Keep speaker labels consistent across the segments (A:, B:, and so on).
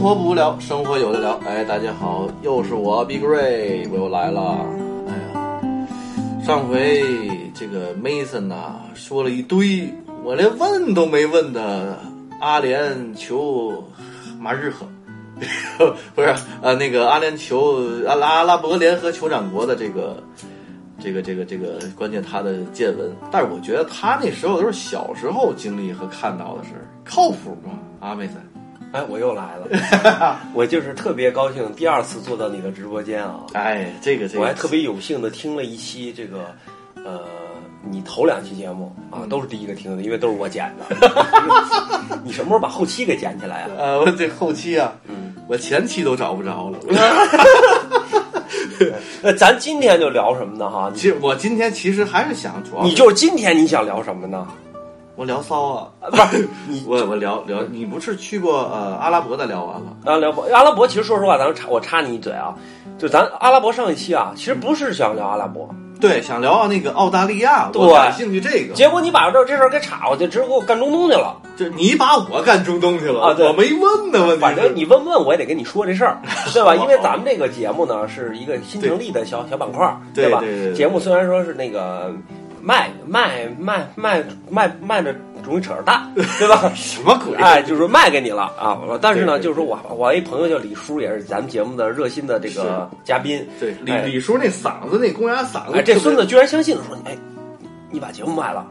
A: 活不无聊，生活有的聊。哎，大家好，又是我 Big Ray，我又来了。哎呀，上回这个 Mason 呐、说了一堆，我连问都没问他。阿联酋马日赫， 不是呃那个阿联酋阿拉阿拉伯联合酋长国的这个这个这个这个，关键他的见闻。但是我觉得他那时候都是小时候经历和看到的事儿，靠谱吗？阿妹森，
B: 哎，我又来了， 我就是特别高兴，第二次坐到你的直播间啊！
A: 哎，这个这
B: 我还
A: 个，
B: 特别有幸的听了一期这个，呃，你头两期节目
A: 嗯
B: 啊，都是第一个听的，因为都是我剪 的。你什么时候把后期给剪起来啊？
A: 呃，我这后期啊，
B: 嗯，
A: 我前期都找不着 了。
B: 那咱今天就聊什么呢？哈，
A: 其实我今天其实还是想主要
B: 你就是今天你想聊什 么呢？
A: 我聊骚啊，
B: 啊不是你
A: 我我聊聊，你不是去过呃阿拉伯的聊完了？
B: 啊，聊伯阿拉伯，其实说实话，咱插我插你一嘴啊，就咱阿拉伯上一期啊，其实不是想聊阿拉伯，
A: 对，想聊那个澳大利亚，我
B: 对
A: 感兴趣这个。
B: 结果你把这这事儿给岔过去，直接给我干中东去了。
A: 就你把我干中东去了，
B: 啊对
A: 我没问呢，问题
B: 反
A: 是
B: 正你问问我也得跟你说 这事儿，对吧？
A: 好
B: 因为咱们这个节目呢是一个新成立的小小板块儿，
A: 对
B: 吧
A: 对对对？
B: 节目虽然说是那个卖卖卖卖卖卖着容易扯着 蛋，对吧？
A: 什么鬼？
B: 哎，就是卖给你了啊！我但是呢，
A: 对对对
B: 就是说我我一朋友叫李叔，也是咱们节目的热心的这个嘉宾，
A: 对，李
B: 哎
A: 李叔那嗓子，那公鸭嗓子，
B: 哎，这孙子居然相信了，说哎，你把节目卖 了，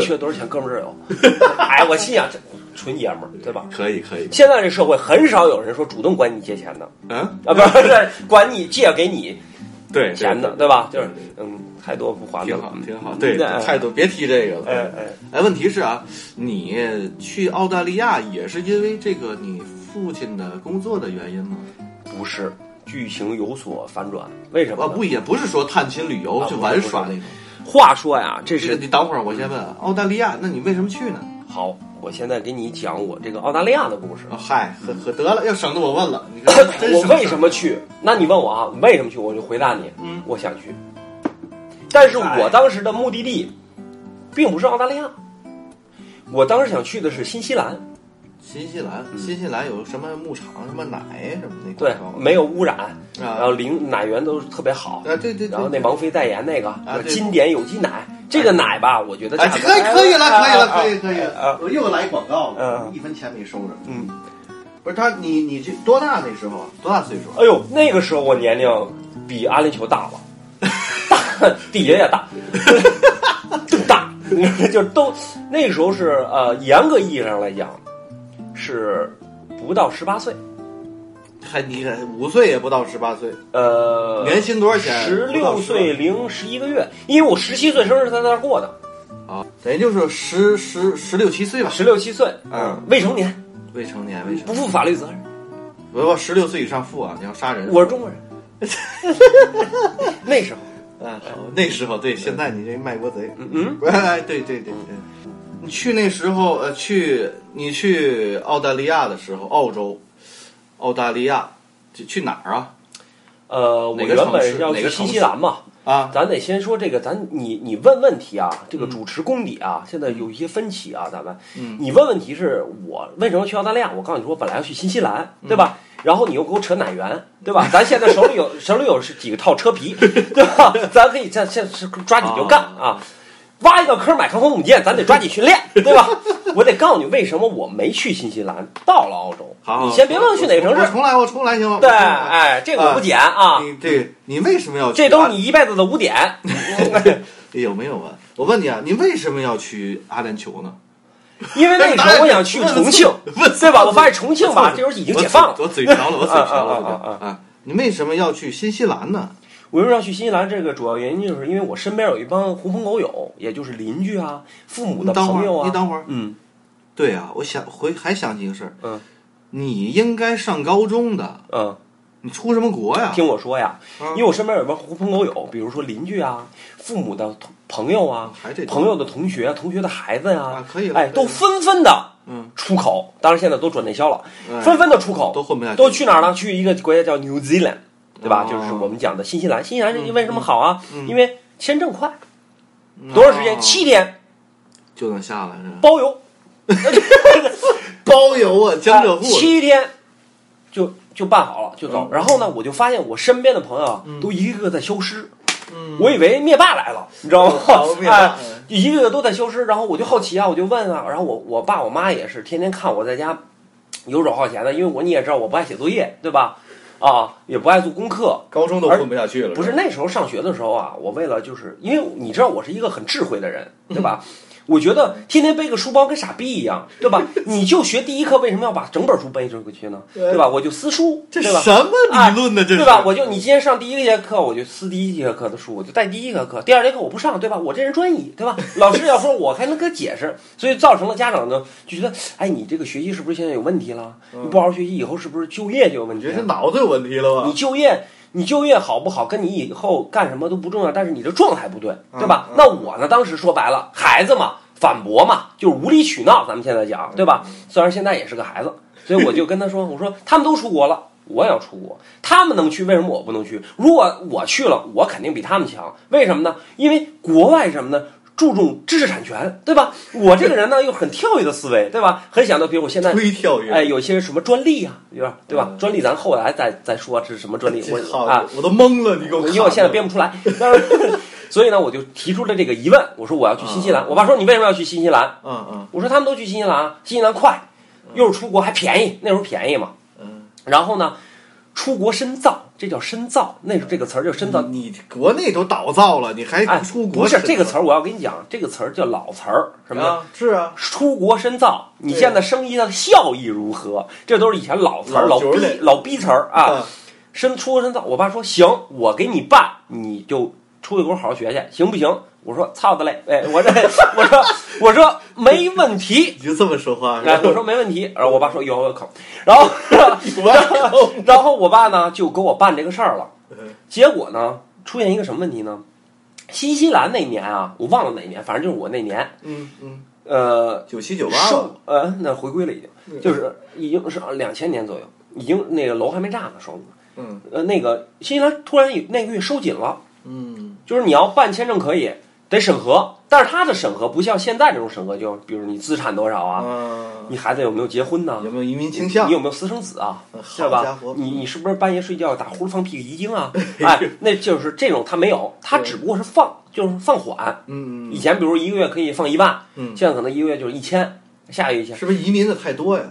B: 缺多少钱？哥们儿这有，哎，我心想这纯爷们儿，对吧？
A: 可以可以，
B: 现在这社会很少有人说主动管你借钱的。
A: 嗯，
B: 啊，不是管你借给你
A: 对，
B: 钱的，对吧？就是嗯，太多不还的
A: 挺好挺好，对，
B: 嗯
A: 态度别提这个了。
B: 哎哎，
A: 哎，问题是啊，你去澳大利亚也是因为这个你父亲的工作的原因吗？
B: 不是，剧情有所反转，为什么
A: 啊，
B: 呢？
A: 不也不是说探亲旅游
B: 啊
A: 就
B: 不是
A: 玩
B: 不是
A: 耍那种。
B: 话说呀，这
A: 你
B: 是
A: 你等会儿，我先问啊，澳大利亚，那你为什么去呢？
B: 好，我现在给你讲我这个澳大利亚的故事。
A: 啊，嗨，呵呵，得了，又省得我问了。 你看，真
B: 我
A: 省事儿
B: 为什么？去？那你问我啊，为什么去？我就回答你，
A: 嗯，
B: 我想去，但是
A: 哎
B: 我当时的目的地，并不是澳大利亚，我当时想去的是新西兰，
A: 新西兰，新西兰有什么牧场、什么奶什么那
B: 对
A: 广告，
B: 没有污染，然
A: 哦啊
B: 后零奶源都是特别好，
A: 啊，对对对，
B: 然后那王菲代言那个
A: 啊对
B: 经典有机奶，这个奶吧，我觉得
A: 哎，
B: 价格
A: 可以可以了，可以了，
B: 啊
A: 可以可以
B: 啊啊
A: 了，我又来广告了，
B: 嗯
A: 一分钱没收着。
B: 嗯，
A: 不是他，你你去多大那时候啊？多大岁数啊？
B: 哎呦，那个时候我年龄比阿联酋大了，大 比人也大，更大，就是都那个时候是呃，严格意义上来讲是不到十八岁，
A: 还你还五岁也不到十八岁，
B: 呃，
A: 年薪多少钱？不
B: 十
A: 到18
B: 六岁零十一个月，因为我十七岁生日在那儿过的，
A: 啊，等于就是十十十六七岁吧，
B: 十六七岁，
A: 嗯，
B: 未成年
A: 未成年，未成
B: 不负法律责任。
A: 不不，十六岁以上负啊，你要杀人。
B: 我是中国人。 那时候，
A: 嗯，好，那时候对，现在你这卖国贼。
B: 嗯嗯，
A: 哎，对对对对，你去那时候呃，去你去澳大利亚的时候，澳洲，澳大利亚，去去哪儿啊？
B: 呃，我
A: 哪个
B: 原
A: 城市
B: 本是要
A: 哪个
B: 去
A: 城
B: 新
A: 市
B: 西兰嘛，
A: 啊，
B: 咱得先说这个，咱你你问问题啊，这个主持功底啊，现在有一些分歧啊，咱们，
A: 嗯
B: 你问问题是我为什么去澳大利亚？我告诉你说，我本来要去新西兰，对
A: 嗯
B: 吧？然后你又给我扯奶源，对吧？咱现在手里 有手里有是几个套车皮，对吧？咱可以这现抓紧就干
A: 哦
B: 啊！挖一个坑买抗衡母舰，咱得抓紧 训练，对吧？我得告诉你为什么我没去新西兰，到了澳洲。
A: 好，
B: 你先别问去哪个城
A: 我
B: 市。
A: 重来，我重来行吗？
B: 对，哎，这个我不减啊，
A: 你对，你为什么要去？
B: 这都是你一辈子的污点。
A: 你哎有没有啊？我问你啊，你为什么要去阿联酋呢？
B: 因 为那个时候我想去重庆，对吧？我发现重庆吧，这时候已经解放了。
A: 我嘴我嘴瓢了，我嘴瓢了，我嘴瓢
B: 啊啊
A: 了啊！你为什么要去新西兰呢？
B: 我为什么要去新西兰？这个主要原因就是因为我身边有一帮狐朋狗友，也就是邻居啊、父母
A: 你
B: 的
A: 等会
B: 朋友
A: 儿，你
B: 啊。
A: 等会儿，
B: 嗯，
A: 对啊，我想回还想起一个事儿，
B: 嗯，
A: 你应该上高中的，
B: 嗯，
A: 你出什么国呀？
B: 听我说呀，
A: 嗯
B: 因为我身边有一帮狐朋狗友，比如说邻居啊、父母的同朋友啊、
A: 还这
B: 朋友的同学、同学的孩子呀
A: 啊，，可以了，
B: 哎，
A: 可以
B: 都
A: 了
B: 纷纷的
A: 嗯
B: 出口，当然现在都转内销了，
A: 哎
B: 纷纷的出口，
A: 都混不下去，
B: 啊都去哪儿呢？去一个国家叫 New Zealand，对吧？
A: 哦
B: 就是我们讲的新西兰。新西兰是为什么好啊？
A: 嗯嗯
B: 因为签证快，
A: 嗯
B: 多长时间？
A: 哦
B: 七天，
A: 就能下来是吧？
B: 包邮，哎
A: 包邮啊，江浙沪
B: 七天，就就办好了，就走。
A: 嗯
B: 然后呢，我就发现我身边的朋友啊都一个个在消失。我以为灭霸来了，你知道吗
A: 嗯哦 灭？霸
B: 哎，一个个都在消失。然后我就好奇啊，我就问啊，然后我我爸我妈也是天天看我在家游手好闲的，因为我你也知道我不爱写作业，对吧？啊，也不爱做功课。
A: 高中都
B: 而
A: 混不下去了，
B: 不是那时候上学的时候啊，我为了就是因为你知道我是一个很智慧的人，对吧？
A: 嗯
B: 我觉得天天背个书包跟傻逼一样，对吧？你就学第一课，为什么要把整本书背出去呢？对吧？我就撕书，
A: 这
B: 对吧？
A: 什么理论呢？这
B: 哎对吧？我就你今天上第一节课，我就撕第一节课的书，我就带第一节课，第二节课我不上，对吧？我这人专一，对吧？老师要说我还能给他解释，所以造成了家长呢就觉得，哎，你这个学习是不是现在有问题了？你不好好学习，以后是不是就业就有问
A: 你
B: 题
A: 觉
B: 了
A: 得？这脑子有问题了吧
B: 你？就业，你就业好不好，跟你以后干什么都不重要，但是你的状态不对，对吧？那我呢，当时说白了，孩子嘛，反驳嘛，就是无理取闹，咱们现在讲，对吧？虽然现在也是个孩子，所以我就跟他说，我说他们都出国了。我也要出国，他们能去，为什么我不能去？如果我去了，我肯定比他们强。为什么呢？因为国外是什么呢？注重知识产权，对吧？我这个人呢，又很跳跃的思维，对吧？很想到，比如我现在
A: 推跳跃，
B: 哎，有些什么专利啊，有点对吧？
A: 嗯哎
B: 专利咱后来再再说，这是什么专利？
A: 这
B: 我
A: 好
B: 啊，，
A: 我都懵了，你给我看
B: 因
A: 的，
B: 为我现在编不出来，但是 所以呢，我就提出了这个疑问，我说我要去新西
A: 啊
B: 兰。我爸说你为什么要去新西兰？
A: 嗯嗯
B: 我说他们都去新西兰啊，新西兰快，又是出国还便宜，那时候便宜嘛。
A: 嗯，
B: 然后呢，出国深造，这叫深造，那时候这个词儿叫深造。
A: 你国内都倒灶了，你还
B: 哎，
A: 嗯出国？
B: 不是这个词儿，我要跟你讲，啊这个词儿叫老词儿，什么呢？
A: 啊？是啊，
B: 出国深造，你现在生意的效益如何？这都是以前老词儿、
A: 老
B: 老
A: 九
B: 逼
A: 儿得、
B: 老逼词儿啊
A: 嗯。
B: 深出国深造，我爸说行，我给你办，你就出去给我好好学去，行不行？我说操的嘞，哎，我这 我说我说没问题，
A: 你就这么说话？
B: 哎，我说没问题。然后我爸说有有口，然后
A: 我
B: 然后我爸呢就给我办这个事儿了
A: 嗯。
B: 结果呢，出现一个什么问题呢？新西兰那年啊，我忘了哪年，反正就是我那年，
A: 嗯嗯，
B: 呃，
A: 九七九八了，
B: 受呃，那回归了已经，就是已经是两千年左右，已经那个楼还没炸呢，收入。
A: 嗯
B: 呃，那个新西兰突然有那个月收紧了，
A: 嗯
B: 就是你要办签证可以，得审核，但是他的审核不像现在这种审核，就比如你资产多少啊，
A: 啊，
B: 你孩子有没有结婚呢
A: 有？没有移民倾
B: 你
A: 向？
B: 有没有私生子啊？
A: 嗯
B: 对
A: 好家
B: 吧
A: 伙？，
B: 你你是不是半夜睡觉打呼噜放屁遗精啊？哎，那就是这种他没有，他只不过是放，就是放缓。
A: 嗯
B: 以前比如一个月可以放一万，
A: 嗯
B: 现在可能一个月就是一千，下个月一千
A: 嗯，。是不是移民的太多呀？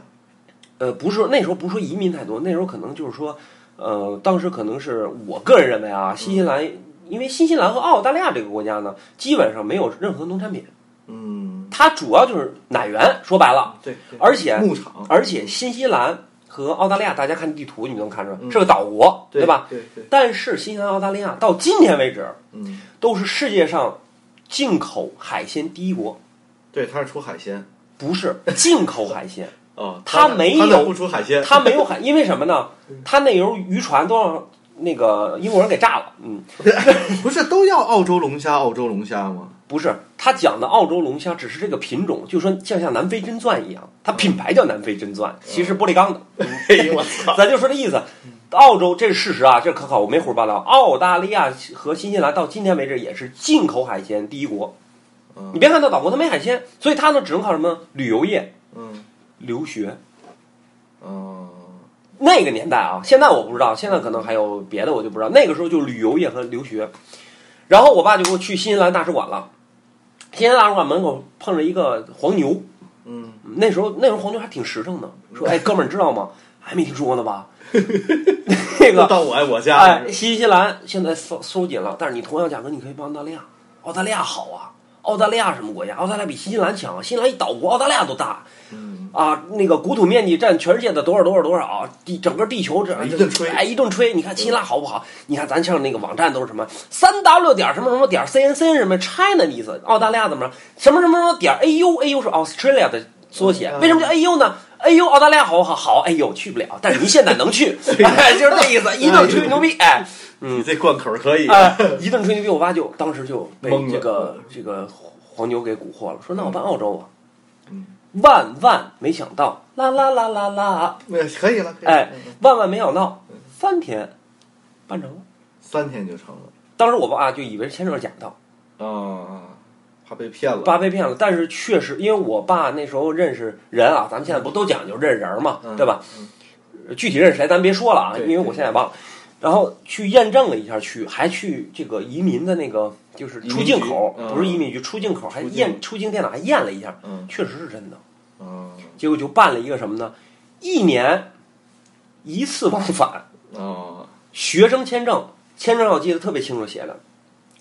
B: 呃，不是那时候不是说移民太多，那时候可能就是说，呃，当时可能是我个人认为啊，新西兰、因为新西兰和澳大利亚这个国家呢，基本上没有任何农产品，
A: 嗯，
B: 它主要就是奶源，说白了，
A: 对，对
B: 而且
A: 牧场
B: 而且新西兰和澳大利亚，大家看地图你能看出来、
A: 嗯
B: 是个岛国，
A: 对
B: 吧？？
A: 对对，
B: 但是新西兰、澳大利亚到今天为止
A: 嗯，
B: 都是世界上进口海鲜第一国，
A: 对，它是出海鲜
B: 不是进口海鲜。
A: 哦，
B: 它
A: 它
B: 没
A: 它
B: 有
A: 不出海鲜，
B: 他没有海，因为什么呢？他那艘渔船都让那个英国人给炸了。嗯，
A: 不是都要澳洲龙虾、澳洲龙虾 吗？
B: 不是，他讲的澳洲龙虾只是这个品种，就说像像南非真钻一样，它品牌叫南非真钻，其实玻璃钢的。
A: 哎呦我操！
B: 咱就说这意思。澳洲这是事实啊，这是可考，我没胡说八道。澳大利亚和新西兰到今天为止也是进口海鲜第一国。
A: 嗯
B: 你别看它岛国，它没海鲜，所以它呢只能靠什么旅游业、
A: 嗯
B: 留学。
A: 嗯
B: 那个年代啊，现在我不知道，现在可能还有别的，我就不知道。那个时候就旅游业和留学，然后我爸就给我去新西兰大使馆了。新西兰大使馆门口碰着一个黄牛，
A: 嗯，
B: 那时候那时候黄牛还挺实诚的，说：“哎，哥们儿，你知道吗？还没听说呢吧？那
A: 又
B: 个
A: 到我爱我家了
B: 哎，，新西兰现在收收紧了，但是你同样价格，你可以帮澳大利亚。澳大利亚好啊，澳大利亚什么国家？澳大利亚比新西兰强啊，新西兰一岛国，澳大利亚都大。
A: 嗯
B: 啊，那个国土面积占全世界的多少多少多少啊？地整个地球这
A: 啊一顿吹
B: 哎，一顿吹。你看希腊好不好？你看咱上那个网站都是什么三 w 点什么什么点 c n c n 什么 China 的意思，澳大利亚怎么着？什么什么什么点 a u a u 是 Australia 的缩写，
A: 嗯
B: 为什么叫 a u 呢？哎呦，澳大利亚好不好？好，哎呦，去不了，但是您现在能去， 哎，就是这意思，一顿吹牛逼，哎，
A: 你这贯口可以，
B: 啊，一顿吹牛逼，我爸就当时就被
A: 懵了
B: 这个这个黄牛给蛊惑了，说那我办澳洲吧。啊
A: 嗯
B: 万万没想到，啦啦啦啦啦，
A: 那可以了，可以了
B: 哎
A: 嗯，
B: 万万没想到，三天办成了。
A: 三天就成了
B: 当时我爸就以为签证是假的，
A: 啊，怕被骗了，
B: 爸被骗了。但是确实，因为我爸那时候认识人啊，咱们现在不都讲究认人嘛，
A: 嗯
B: 对吧？具体认识谁咱别说了啊，
C: 对
B: 因为我现在也忘了。然后去验证了一下去，还去这个移民的那个就是
A: 民
B: 出境口，
A: 局嗯
B: 不是移民局，出境口还
A: 出境
B: 验出境电脑还验了一下，
A: 嗯
B: 确实是真的。
A: 嗯
B: 结果就办了一个什么呢？一年一次往返，
A: 啊
B: 学生签证，签证上我记得特别清楚写的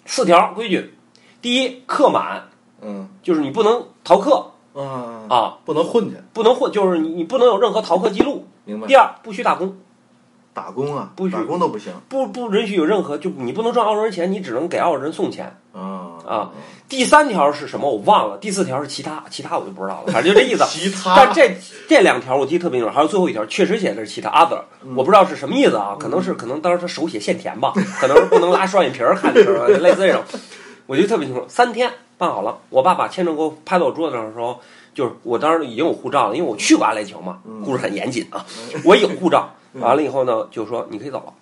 B: 四条规矩：第一，课满，
A: 嗯
B: 就是你不能逃课
A: 啊，
B: 啊，
A: 不能混去，
B: 不能混，就是你你不能有任何逃课记录。
A: 明白
B: 第？二，不许打工，
A: 打工啊
B: 不，许
A: 打工都不行
B: 不不允许有任何，就你不能赚澳洲人钱，你只能给澳洲人送钱。
A: 啊。
B: 啊第三条是什么我忘了，第四条是其他，其他我就不知道了，反正就这意思
A: 其他
B: 但这这两条我记得特别清楚，还有最后一条确实写的是其他 other，、我
A: 嗯
B: 不知道是什么意思啊，可能是可能当时他手写现填吧，可能是不能拉双眼皮儿看的时候，类似这种，我记得特别清楚。三天办好了，我爸把签证给我拍到我桌子上的时候，就是我当时已经有护照了，因为我去过阿联酋嘛，
A: 嗯
B: 故事很严谨啊，我有护照。 完了以后呢，就说你可以走了，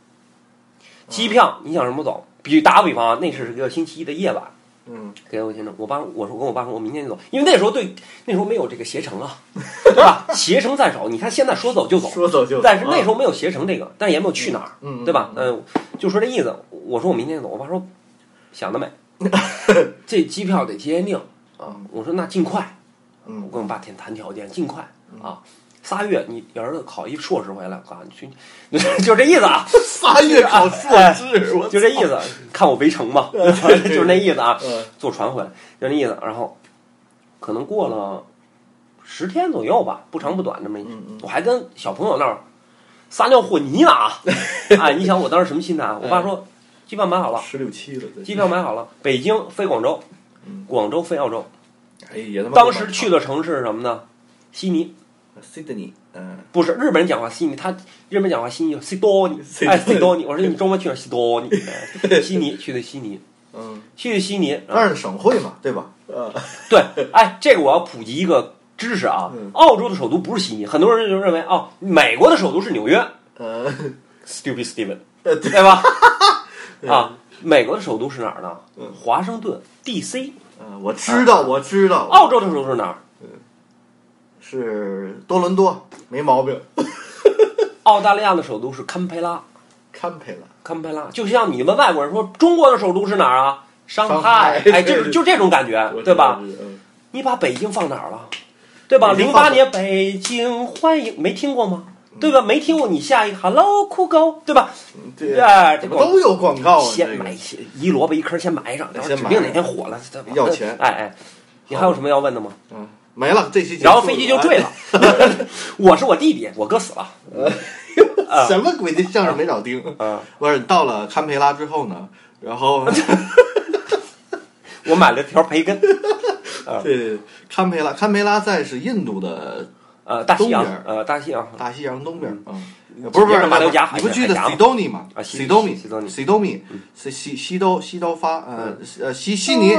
B: 机票你想什么时候走？比打个比方啊，那是一个星期一的夜晚，
A: 嗯
B: 给我签证。我爸我说我跟我爸说，我明天就走，因为那时候对那时候没有这个携程啊，对吧？携程在手，你看现在说走就走，
A: 说走就走，啊
B: 但是那时
A: 候
B: 候没有携程这个，但也没有去哪儿，
A: 嗯
B: 对吧？嗯、就说这意思。我说我明天就走，我爸说想 得美，这机票得提前订啊。我说那尽快，我
A: 嗯
B: 跟我爸谈谈条件，尽快啊。仨月，你儿子考一硕士回来，啊，去，就这意思啊，哎
A: 仨月考硕士，我
B: 就这意思。看我围 城嘛， 就是那意思啊。
A: 嗯
B: 坐船回来，就那意思。然后可能过了十天左右吧，不长不短这么一。
A: 嗯嗯
B: 我还跟小朋友那儿撒尿和泥呢 啊！哎，你想我当时什么心态啊？我爸说，机票买好了，
A: 十六七了，这
B: 机票买好了，北京飞广州，广州飞澳洲。
A: 哎也他妈啊
B: 当时去的城市是什么呢？悉尼。
A: Sydney，嗯
B: 不是日本人讲话悉尼，他日本人讲话悉尼西多尼，哎西多尼，我说你中文去哪儿西多尼？哎悉尼去的悉尼，
A: 嗯，
B: 去的悉尼， 然后
A: 但是省会嘛，对吧？嗯
B: 对，哎，这个我要普及一个知识啊，
A: 嗯
B: 澳洲的首都不是悉尼，很多人就认为哦，美国的首都是纽约
A: 呃
B: ，Stupid Steven，
A: 呃嗯
B: 对 吧？啊，美国的首都是哪儿呢？华盛顿 D.C。
A: 呃，我知道我知道，
B: 澳洲的首都是哪儿？
A: 是多伦多，没毛病。
B: 澳大利亚的首都是堪培拉，
A: 堪培拉，
B: 堪培拉。就像你们外国人说中国的首都是哪儿啊？上
A: 上
B: 海
A: 海，对
B: 哎，就是
A: 对
B: 就这种感觉
A: 我，知
B: 对
A: 道
B: 吧？？
A: 嗯
B: 你把北京放哪儿了？对吧？
A: 北
B: 零
A: 京放
B: 八年北京欢迎，没听过吗？对吧？没听过，你下一个 Hello 酷狗，对吧？
A: 对
B: 哎，这
A: 怎
B: 个
A: 么都有广告啊？
B: 先
A: 这
B: 买
A: 个
B: 些一萝卜一坑，先埋上，然后
A: 先
B: 指
A: 埋
B: 定哪
A: 上
B: 天火了再往
A: 要
B: 那
A: 钱
B: 哎哎，你还有什么要问的吗？
A: 嗯，没了，这期结束
B: 然后飞机就 坠了。 我是我弟弟，我哥死了。啊
A: 哎。什么鬼？这相声没少听。
B: 嗯，
A: 不是，到了堪培拉之后呢，然后
B: 啊我买了条培根，
A: 对 对对，堪培拉，堪培拉在是印度的
B: 呃，大西洋
A: 东边，
B: 呃，大西洋，
A: 大西洋东边，嗯，不是不是，
B: 马六甲
A: 你不记得
B: 海峡嘛
A: Sidonie 吗
B: 啊西西多尼嗯
A: ？Sidonie，Sidonie，西西西都西都发，呃呃西悉尼悉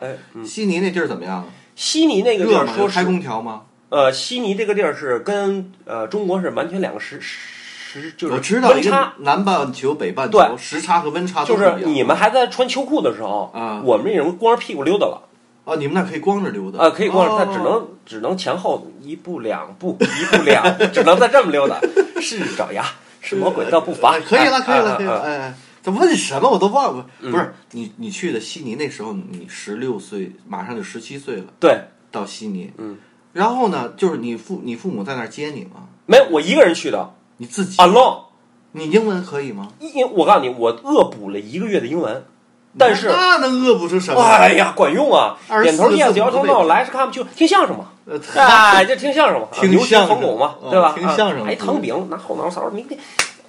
B: 哎
A: 尼悉尼那地儿怎么样？啊
B: 悉尼那个地
A: 热
B: 儿
A: 吗？
B: 说
A: 有开
B: 是，
A: 空调吗？
B: 呃，悉尼这个地儿是跟呃中国是完全两个时时，就是
A: 我知道，
B: 温
A: 因为
B: 差。
A: 南半球、北半
B: 对
A: 球时差和温差都
B: 就
A: 不一样
B: 是你们还在穿秋裤的时候，
A: 啊
B: 我们已经光着屁股溜达了，
A: 啊，你们那可以光着溜达
B: 啊，可以光着，但只
A: 哦
B: 能只能前后一步两步，一步两步，只能在这么溜 达。是爪牙，是魔鬼的步伐
A: 哎。可以了，
B: 哎
A: 可以了，
B: 哎
A: 可以
B: 哎嗯
A: 了，哎哎。这问什么我都忘了，不是你你去的悉尼那时候你十六岁，马上就十七岁了，
B: 对，
A: 到悉尼，
B: 嗯，
A: 然后呢，就是你父你父母在那儿接你吗？
B: 没有我一个人去的
A: 你自己，
B: ，alone。
A: 你英文可以吗？
B: 因我告诉你，我恶补了一个月的英文，但是
A: 那能恶补出什么？
B: 哎呀，管用啊！
A: 24
B: 点头
A: 个字
B: 点
A: 母
B: 摇头
A: 都背
B: 闹
A: 了
B: 来是看不就听相 声嘛。
A: 呃，
B: 哎，就听相声嘛，啊
A: 听
B: 牛群
A: 相
B: 冯
A: 声
B: 巩嘛，
A: 嗯
B: 对吧？
A: 听相声
B: 啊还糖饼，拿后脑勺，明天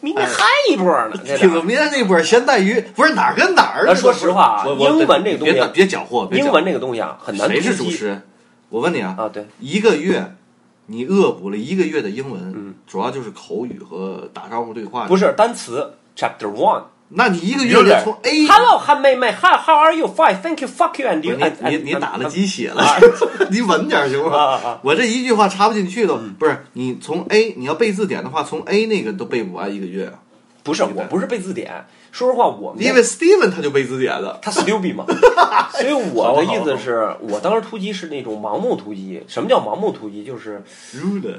B: 明天
A: 哎
B: 嗨一波呢。 这俩
A: 挺明天那波咸带鱼不是哪儿跟哪儿
B: 咱
A: 的？
B: 说实话啊
A: 我我
B: 英文这个东西
A: 别别搅和，别搅
B: 英
A: 和
B: 文这个东西啊，很难
A: 谁是主
B: 突击
A: 持人？我问你啊，
B: 啊？对，
A: 一个月你恶补了一个月的英文，主要就是口语和打招呼对话。
B: 嗯不
A: 是，
B: 是单词 Chapter One。
A: 那你一个
B: 有
A: 月
B: 点
A: 得从 A，
B: Hello，汉妹妹，How How are you? Fine, thank you, fuck you, 哎 and
A: 不
B: you.
A: 是
B: and-
A: 你你
B: and-
A: 你打了
B: and-
A: 鸡血了， 你稳点儿行
B: 啊
A: 吗？
B: 啊啊！嗯
A: 我这一句话插不进去都，不是你从 A 你要背字典的话，从 A 那个都背不完一个月。
B: 不是，
A: 明白
B: 我不是背字典。说实话，我们
A: 因为 Steven 他就背字典的，
B: 他 stupid 嘛，所以我的意思是我当时突击是那种盲目突击。什么叫盲目突击？就是
A: r u d e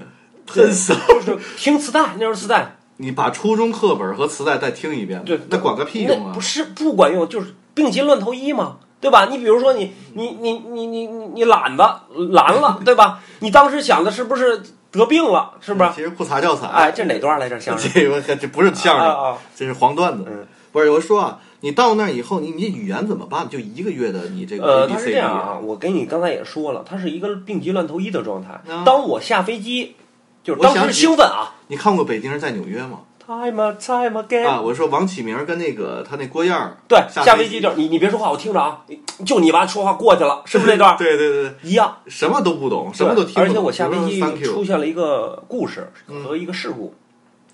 A: 很骚。
B: 就是听磁带，那时候磁带，
A: 你把初中课本和磁带再听一遍吧，
B: 对
A: 那管个屁用
B: 那
A: 啊
B: 不！是不管用，就是病急乱投医嘛，对吧？你比如说你你你你你你你懒子懒了，对吧？你当时想的是不是得病了，是不是？
A: 其实裤衩叫惨，
B: 啊哎，这哪段来着？相 声
A: 这个这不是相
B: 啊
A: 声，
B: 啊！
A: 这是黄段子。
B: 嗯
A: 不是，我说啊，你到那儿以后，你你语言怎么办？就一个月的你这个
B: 呃，
A: A B
B: 他是
A: C
B: 这
A: D，
B: 样啊，我跟你刚才也说了，他是一个病急乱投医的状态
A: 啊。
B: 当我下飞机，就是
A: 我想
B: 当时
A: 起
B: 兴奋啊
A: 你看过《北京人在纽约》吗？
B: ，time time again，
A: 啊，我说王启明跟那个他那郭燕儿，
B: 对，
A: 下
B: 下
A: 飞
B: 飞
A: 机
B: 机就是你你别说话，我听着啊，就你吧，说话过去了，是不是这段？
A: 对对对，
B: 一样，
A: 什么都不懂，什么都听不懂。
B: 而且我下
A: 比
B: 飞
A: 如说
B: 机
A: Thank you
B: 出现了一个故事
A: 嗯
B: 和一个事故，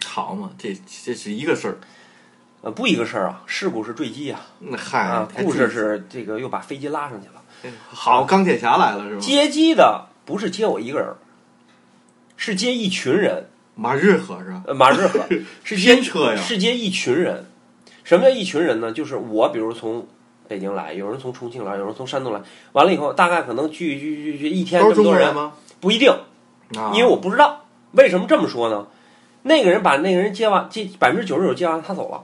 A: 好嘛，这这是一个事儿。
B: 呃，不一个事儿啊，事故是坠机啊，
A: 那嗨，
B: 啊，
A: 哎还
B: 故事
A: 真哎
B: 是这个又把飞机拉上去了。
A: 好，钢铁侠来了是吗？
B: 接机的不是接我一个人儿，是接一群人，
A: 马日和是吧？
B: 呃，马日和 是接
A: 偏车呀
B: 是接一群人。什么叫一群人呢？就是我，比如从北京来，有人从重庆来，有人从山东来，完了以后，大概可能聚聚聚聚一天
A: 都是
B: 这
A: 中
B: 么多
A: 国
B: 人，
A: 吗？
B: 不一定，
A: 啊，
B: 因为我不知道为什么这么说呢。那个人把那个人接完，接百分之九十九接完，他走了。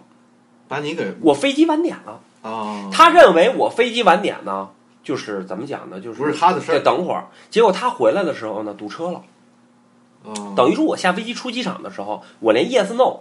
A: 把你给
B: 我飞机晚点了，
A: 啊，
B: 他认为我飞机晚点呢，就是怎么讲呢？就是
A: 不是他的事
B: 再
A: 儿
B: 等会儿。结果他回来的时候呢，堵车了。
A: 啊
B: 等于说我下飞机出机场的时候，我连 yes no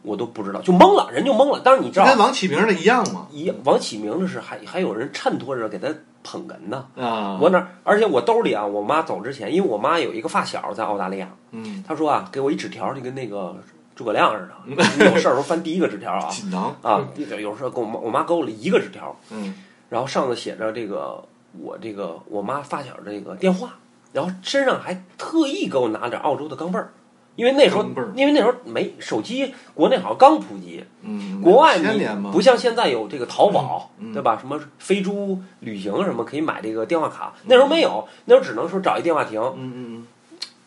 B: 我都不知道，就懵了，人就懵了。但是你知
A: 这跟
B: 道，
A: 王启明那一样嘛？
B: 一王启明的是还还有人衬托着给他捧哏呢。
A: 啊，
B: 我那而且我兜里啊，我妈走之前，因为我妈有一个发小在澳大利亚，
A: 嗯，
B: 她说啊，给我一纸条，就跟那个诸葛亮似的，你有事儿时候翻第一个纸条啊
A: 锦囊
B: 啊，有时候给我妈，我妈给我了一个纸条，
A: 嗯
B: 然后上头写着这个我这个我妈发小这个电话，然后身上还特意给我拿点澳洲的钢镚儿，因为那时候
A: 钢镚儿
B: 因为那时候没手机，国内好像刚普及，
A: 嗯，
B: 国外
A: 千
B: 你
A: 年嘛，
B: 不像现在有这个淘宝，
A: 嗯嗯
B: 对吧？什么飞猪旅行什么可以买这个电话卡，那时候没有，那时候只能说找一电话亭
A: 嗯嗯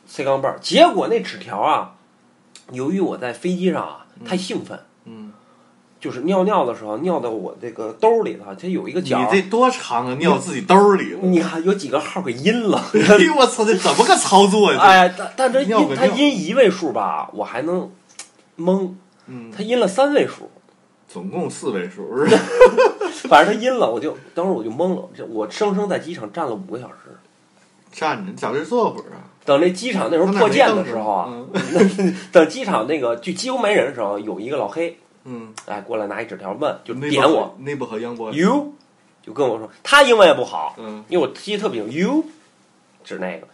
B: 塞钢镚儿。结果那纸条啊，由于我在飞机上啊太兴奋。
A: 嗯
B: 就是尿尿的时候尿到我这个兜里头，它有一个
A: 嗯，
B: 角儿，
A: 你这多长啊？尿自己兜里了，
B: 你看有几个号给阴 了，
A: 哎呦我操，这怎么个操作呀？
B: 哎，但但这
A: 尿个
B: 阴它
A: 尿
B: 阴一位数吧，我还能蒙，
A: 嗯，
B: 它阴了三位数，
A: 总共四位数是吧？
B: 反正它阴了，我就当时我就懵了，这我生生在机场站了五个小时。
A: 站着，你找地儿坐会儿啊。
B: 等这机场那时候
A: 他哪
B: 破
A: 没
B: 建
A: 凳
B: 的
A: 子
B: 时候啊，
A: 嗯
B: 等机场那个就几乎没人的时候，有一个老黑
A: 嗯，
B: 哎过来拿一纸条问，就
A: 内
B: 点
A: 部
B: 我
A: 和内部和杨波，
B: you，就跟我说他英文也不好，
A: 嗯
B: 因为我记得特别清 you 指那个，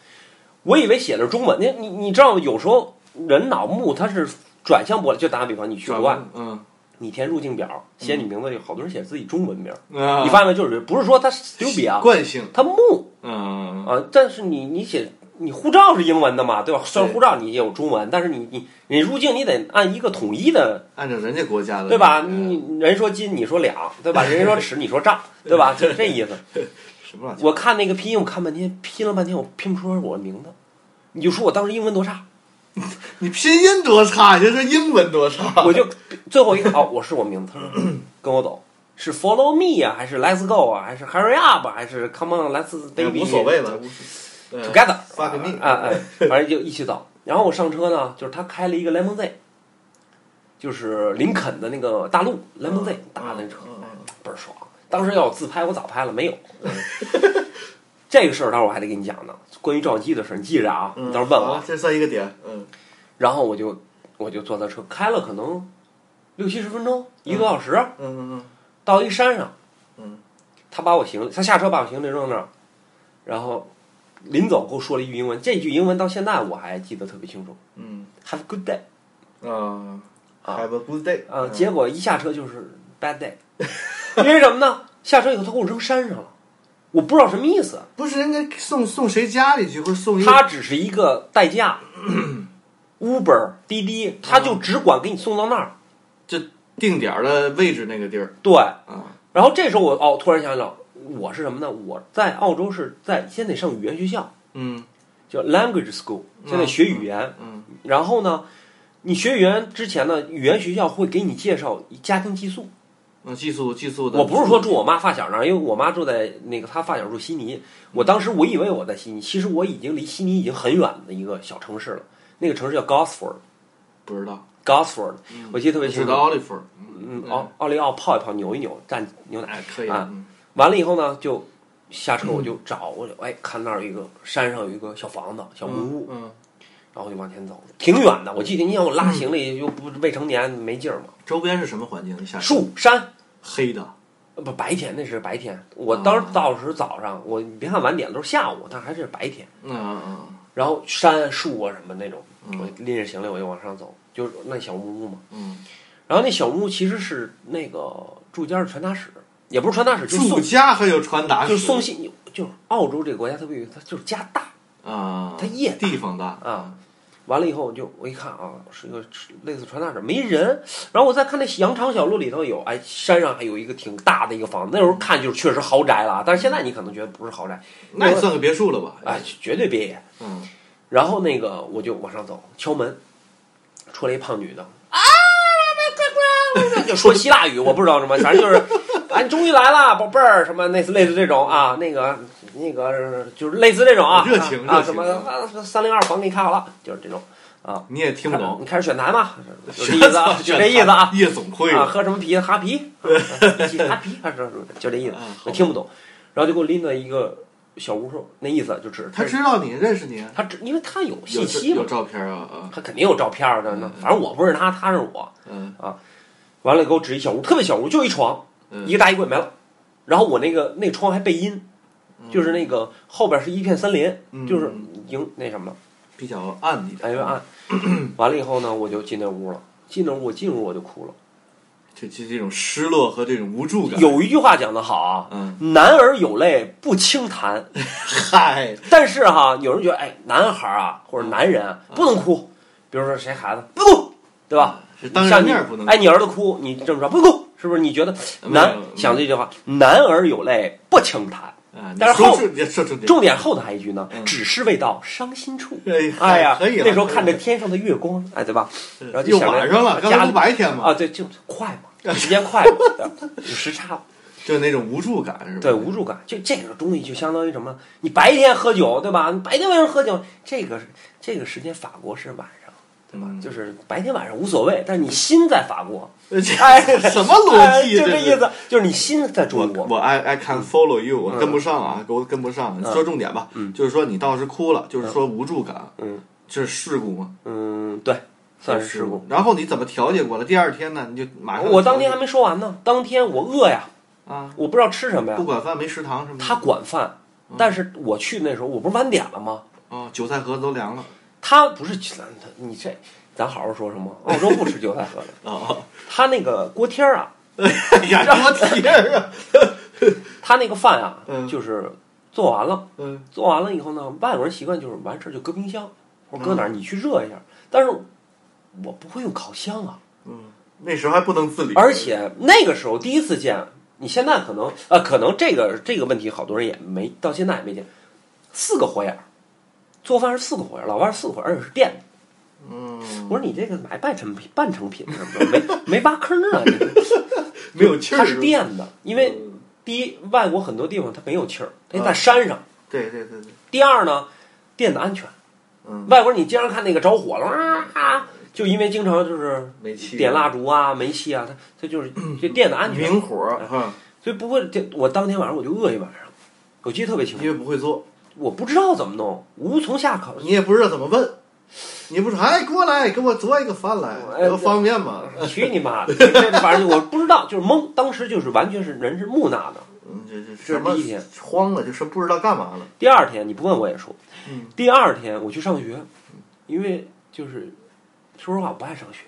B: 我以为写的是中文，你你你知道吗？有时候人脑目它是转向过来，嗯就打个比方，你去国外，
A: 嗯
B: 你填入境表，写你名字，有好多人写自己中文名儿，
A: 啊，
B: 你发现没？就是不是说他丢笔啊，
A: 惯性，
B: 他木
A: 嗯，
B: 啊，但是你你写你护照是英文的嘛，对吧？虽然
A: 对
B: 护照你也有中文，但是你你你入境你得按一个统一的，
A: 按照人家国家的，
B: 对吧？
A: 嗯
B: 你人说斤，你说两，对吧？人家说尺，你说丈，对吧？就这意思。
A: 什么乱七
B: 我看那个拼音，我看半天，拼了半天，我拼不出来我的名字。你就说我当时英文多差，
A: 你拼音多差，你就说英文多差。
B: 我就最后一看，哦，我是我名字，他说跟我走，是 follow me 啊，还是 let's go 啊，还是 hurry up，啊还是 come on let's
A: 也
B: baby，
A: 哎无所谓吧，嗯无所谓。
B: ，together，
A: 发给你
B: 啊啊，哎反正就一起走。然后我上车呢，就是他开了一个 Lemon Z，就是林肯的那个大陆 Lemon Z 大那车，
A: 嗯嗯嗯
B: 倍儿爽。当时要我自拍，我早拍了，没有。 这个事儿，待会儿我还得跟你讲呢。关于照相机的事儿，你记着啊，
A: 嗯
B: 你到时候问
A: 好
B: 我
A: 啊。这算一个点。嗯
B: 然后我就我就坐他车，开了可能六七十分钟，一个多小时，
A: 嗯嗯
B: 到一山上，
A: 嗯，
B: 他把我行李，他下车把我行李扔那儿，然后临走给我说了一句英文，这句英文到现在我还记得特别清楚
A: 嗯
B: ，Have a good day
A: 嗯啊
B: 啊
A: ，Have a good day。
B: 啊，结果一下车就是 bad day，因 为什么呢？下车以后他给我扔山上了，我不知道什么意思，
A: 不是人家送送谁家里去，或者送一个
B: 他只是一个 代驾，Uber 滴滴，他
A: 哦
B: 就只管给你送到那儿，
A: 这定点儿的位置那个地儿
B: 对。
A: 啊。
B: 然后这时候我哦，突然想起来，我是什么呢？我在澳洲是在现在上语言学校，
A: 嗯
B: 叫 language school，现在学语言。
A: 嗯
B: 然后呢，你学语言之前呢，语言学校会给你介绍家庭寄宿。
A: 嗯，寄宿寄宿的。
B: 我不是说住我妈发小那儿，因为我妈住在那个她发小住悉尼。我当时我以为我在悉尼，其实我已经离悉尼已经很远的一个小城市了。那个城市叫 Gosford，Gosford，
A: 不知道，
B: 我记得特别
A: 嗯我
B: 清
A: 知
B: 楚
A: 道。奥利弗，
B: 嗯，奥奥利奥泡一泡，扭一扭，蘸牛奶。
A: 哎，可以
B: 啊，
A: 嗯
B: 完了以后呢，就下车我就找我就哎，看那儿有一个山上有一个小房子、小木屋，
A: 嗯，
B: 然后我就往前走，挺远的。我记得你想我拉行李又不未成年没劲儿嘛，
A: 周边是什么环境？你下去
B: 树山。
A: 黑的，
B: 呃不，白天那是白天。我当
A: 哦
B: 时到时早上，我你别看晚点都是下午，但还是白天。
A: 嗯嗯
B: 然后山树啊什么那种，
A: 嗯
B: 我拎着行李我就往上走，就是那小木屋嘛。
A: 嗯，
B: 然后那小木屋其实是那个住家是传达室，也不是传达室，就是
A: 住
B: 送
A: 家还有传达室，
B: 就是送信，就是澳洲这个国家特别有意思，它就是家大
A: 啊，
B: 它夜
A: 地方大，
B: 啊。完了以后我就我一看啊，是一个类似传达室，没人。然后我再看那羊肠小路里头有，哎，山上还有一个挺大的一个房子，那时候看就是确实豪宅了啊，但是现在你可能觉得不是豪宅，
A: 那也算个别墅了吧？
B: 哎，绝对别野。
A: 嗯，
B: 然后那个我就往上走，敲门，出来一胖女的啊，那快快， 就说希腊语，我不知道什么，反正就是，啊，你终于来了，宝贝儿，什么类似类似这种啊，那个那个就是类似这种啊，
A: 热情
B: 啊
A: 热情
B: 什么啊三零二房给你开好了，就是这种啊，
A: 你也听不懂，
B: 你开始选男嘛，就这意思啊，就这意思啊。
A: 夜总会
B: 啊，喝什么啤？哈 啤，啊一起哈啤，还 是就这意思
A: 嗯好，
B: 我听不懂。然后就给我拎到一个小屋头，那意思就指
A: 他知道你，认识你啊，
B: 他只因为他有
A: 有嗯
B: 信息嘛
A: 有，照片啊啊，
B: 他肯定有照片儿的。那反正我不认识他，他认识我。
A: 嗯
B: 完了给我指一小屋，特别小屋，就一床，
A: 嗯
B: 一个大衣柜没了。然后我那个那窗还背阴，就是那个后边是一片森林，
A: 嗯
B: 就是迎那什么了，
A: 比较暗一点，
B: 哎有 点暗。完了以后呢，我就进那屋了。进那屋，我进屋我就哭了。
A: 就就这种失落和这种无助 感，
B: 有一句话讲得好啊，
A: 嗯，
B: 男儿有泪不轻弹。
A: 嗨，
B: 但是哈，有人觉得，哎，男孩儿啊或者男人啊不能哭，比如说谁孩子不哭，对吧？
A: 是当着
B: 像你
A: 面不能，
B: 哎，你儿子哭，你这么说不哭，是不是？你觉得
A: 没有
B: 男
A: 没有
B: 想这句话，男儿有泪不轻弹。
A: 啊，你
B: 哎但是
A: 说
B: 后
A: 出你说重点，
B: 重点后头还一句呢
A: 嗯，
B: 只是未到伤心处。
A: 哎
B: 哎呀，
A: 可以了
B: 那时候看着
A: 可以
B: 天上的月光，哎，对吧？
A: 了
B: 然后
A: 又
B: 就想着
A: 晚上了，刚才
B: 家
A: 不
B: 里
A: 白天嘛，
B: 啊，对，就快嘛， 时间快嘛，对有时差嘛，
A: 就那种无助感是吧？嗯
B: 对，无助感。就这个东西就相当于什么呢？你白天喝酒，对吧？你白天为什么喝酒？这个是这个时间法国是晚上，对吧
A: 嗯？
B: 就是白天晚上无所谓，但是你心在 法国，
A: 这
B: 哎，
A: 什么逻辑？
B: 哎就这
A: 是
B: 意。思，就是你心在中
A: 我
B: 国。
A: 我 I I can follow you，我
B: 嗯
A: 跟不上啊，给我跟不上。说重点吧，就是说你倒是哭了，就是说无助感，
B: 嗯
A: 这是事故吗？嗯
B: 嗯，对，算是事故。。
A: 然后你怎么调节过来？第二天呢，你就马上
B: 我当天还没说完呢，当天我饿呀，
A: 啊，
B: 我不知道吃什么
A: 不
B: 呀。
A: 管饭没食堂是吗？
B: 他管饭，
A: 嗯
B: 但是我去那时候我不是晚点了吗？
A: 啊，韭菜盒子都凉了
B: 他不是咱他你这，咱好好说什么？澳洲不吃韭菜盒子，
A: 啊！
B: 他那个锅贴儿啊，
A: 哎呀，多贴 啊！
B: 他那个饭啊
A: 嗯，
B: 就是做完了，
A: 嗯
B: 做完了以后呢，外国人习惯就是完事儿就搁冰箱或者搁哪儿，你去热一下。但是我不会用烤箱啊，
A: 嗯，那时候还不能自理，
B: 而且那个时候第一次见，你现在可能呃，可能这个这个问题好多人也没到现在也没见，四个火眼儿，做饭是四个火眼儿，老外是四个火眼儿，而且是电的。
A: 嗯，
B: 我说你这个买半成品半成品是不是没没 挖坑啊？你
A: 没有气儿，
B: 它是电的，因为第一，外国很多地方它没有气儿，它在山上；
A: 对对对对，
B: 第二呢，电的安全。
A: 嗯，
B: 外国人你经常看那个着火了啊啊，就因为经常就是
A: 煤气
B: 点蜡烛啊、煤气啊，它 它就是这电的安全。
A: 明火
B: 嗯
A: 哈，
B: 所以不会，这我当天晚上我就饿一晚上，我记得特别清
A: 因
B: 楚，
A: 为不会做，
B: 我不知道怎么弄，无从 下口。
A: 你也不知道怎么问，你不说哎过来给我做一个饭来，
B: 哎
A: 有方便吗？
B: 去你妈的！这反正我不知道，就是懵，当时就是完全是人是木讷的。
A: 嗯，这这
B: 这
A: 什么
B: 第一天
A: 慌了，就是不知道干嘛了。
B: 第二天你不问我也说，
A: 嗯
B: 第二天我去上学，因为就是说实话我不爱上学，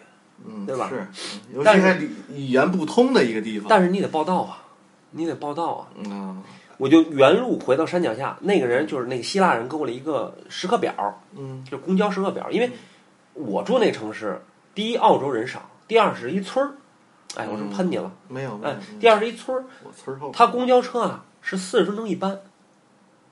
A: 嗯，
B: 对吧
A: 是，嗯尤其
B: 但是
A: 还语语言不通的一个地方。
B: 但是你得报道啊，你得报道啊。
A: 嗯啊，
B: 我就原路回到山脚下，那个人就是那个希腊人给我了一个时刻表，
A: 嗯
B: 就是公交时刻表，因为我住那城市，第一澳洲人少，第二是一村儿，哎，我是不是喷你了？
A: 没有没有
B: 哎，，第
A: 二
B: 二是一村儿，
A: 我村儿后
B: 它公交车啊是四十分钟一班，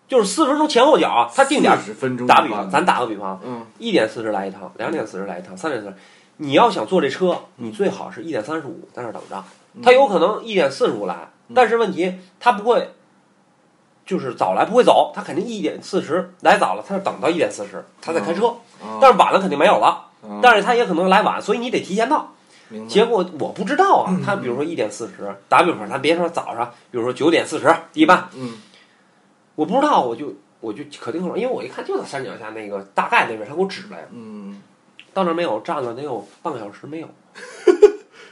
B: 就是四十分钟前后脚啊，它定点儿。
A: 十分钟
B: 打
A: 一
B: 比
A: 班
B: 方，咱打个比方，
A: 嗯
B: 一点四十来一趟，两点四十来一趟，三点四十，你要想坐这车，你最好是一点三十五在那儿等着。
A: 嗯
B: 他有可能一点四十五来，但是问题他不会，就是早来不会走，他肯定一点四十来早了，他就等到一点四十，他再开车。
A: 啊
B: 但是晚了肯定没有了，
A: 嗯
B: 但是他也可能来晚，所以你得提前到。
A: 明白
B: 结果我不知道啊，他比如说一点四十，打比方，咱别说早上，比如说九点四十一般，
A: 嗯
B: 我不知道，我就我就可定了，因为我一看就在山脚下那个大概那边，他给我指来了，
A: 嗯
B: 到那儿没有站了得有半个小时没有，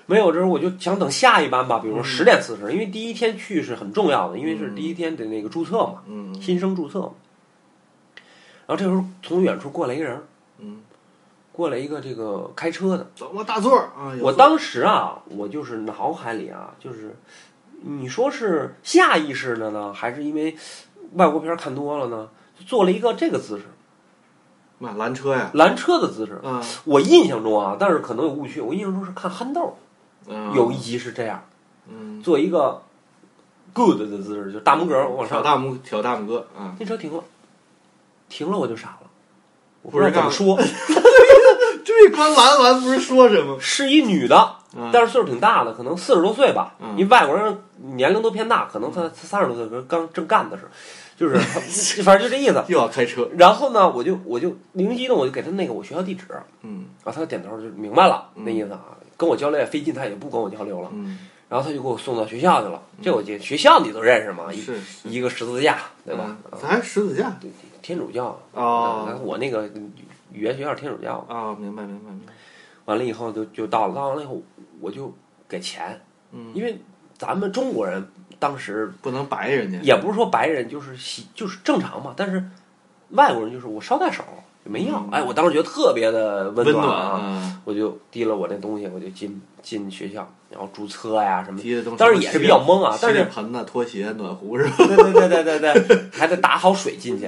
B: 没有之后我就想等下一班吧，比如说十点四十，因为第一天去是很重要的，因为是第一天的那个注册嘛，
A: 嗯
B: 新生注册嘛。然后这时候从远处过来一人，
A: 嗯，
B: 过来一个这个开车的，
A: 走吧，大座儿啊，有座
B: 我当时啊，我就是脑海里啊，就是你说是下意识的呢，还是因为外国片儿看多了呢，就做了一个这个姿势，
A: 那拦车呀，
B: 拦车的姿势。
A: 啊
B: 我印象中啊，但是可能有误区，我印象中是看憨豆
A: 嗯
B: 有一集是这样，
A: 嗯
B: 做一个 good 的姿势，就大拇哥往
A: 挑
B: 上，
A: 大拇挑大拇哥啊，
B: 那车停了，停了我就傻了，我不知
A: 不
B: 道
A: 是
B: 怎么说，
A: 这刚拦完不是说什么？
B: 是一女的，
A: 啊
B: 但是岁数挺大的，可能四十多岁吧。
A: 嗯
B: 因为外国人年龄都偏大，可能他三十多岁，可能刚正干的时候，就是 反正就这意思。
A: 又要开车，
B: 然后呢，我就我就灵机一动，我就给他那个我学校地址，然
A: 嗯
B: 后他就点头就明白了
A: 嗯
B: 那意思啊。跟我交流也费劲，他也不跟我交流了，
A: 嗯，
B: 然后他就给我送到学校去了。这我记得学校你都认识嘛，一
A: 是
B: 一个十字架，对吧？
A: 嗯咱还十字架
B: 对天主教，嗯
A: 哦
B: 我那个语言学校是天主教，
A: 啊，明白明白明白，
B: 完了以后就就到了，到完了以后我就给钱，
A: 嗯，
B: 因为咱们中国人当时
A: 不能白人家，
B: 也不是说白人就是喜就是正常嘛，但是外国人就是我捎带手就没要
A: 嗯，
B: 哎，我当时觉得特别的温
A: 温
B: 啊，
A: 啊，
B: 我就提了我那东西，我就进进学校，然后注册呀什么的，
A: 啊提的东西，
B: 当然也是比较懵啊，
A: 洗
B: 但是
A: 脸盆子、拖鞋、暖壶是吧？
B: 对对对对对对，还得打好水进去，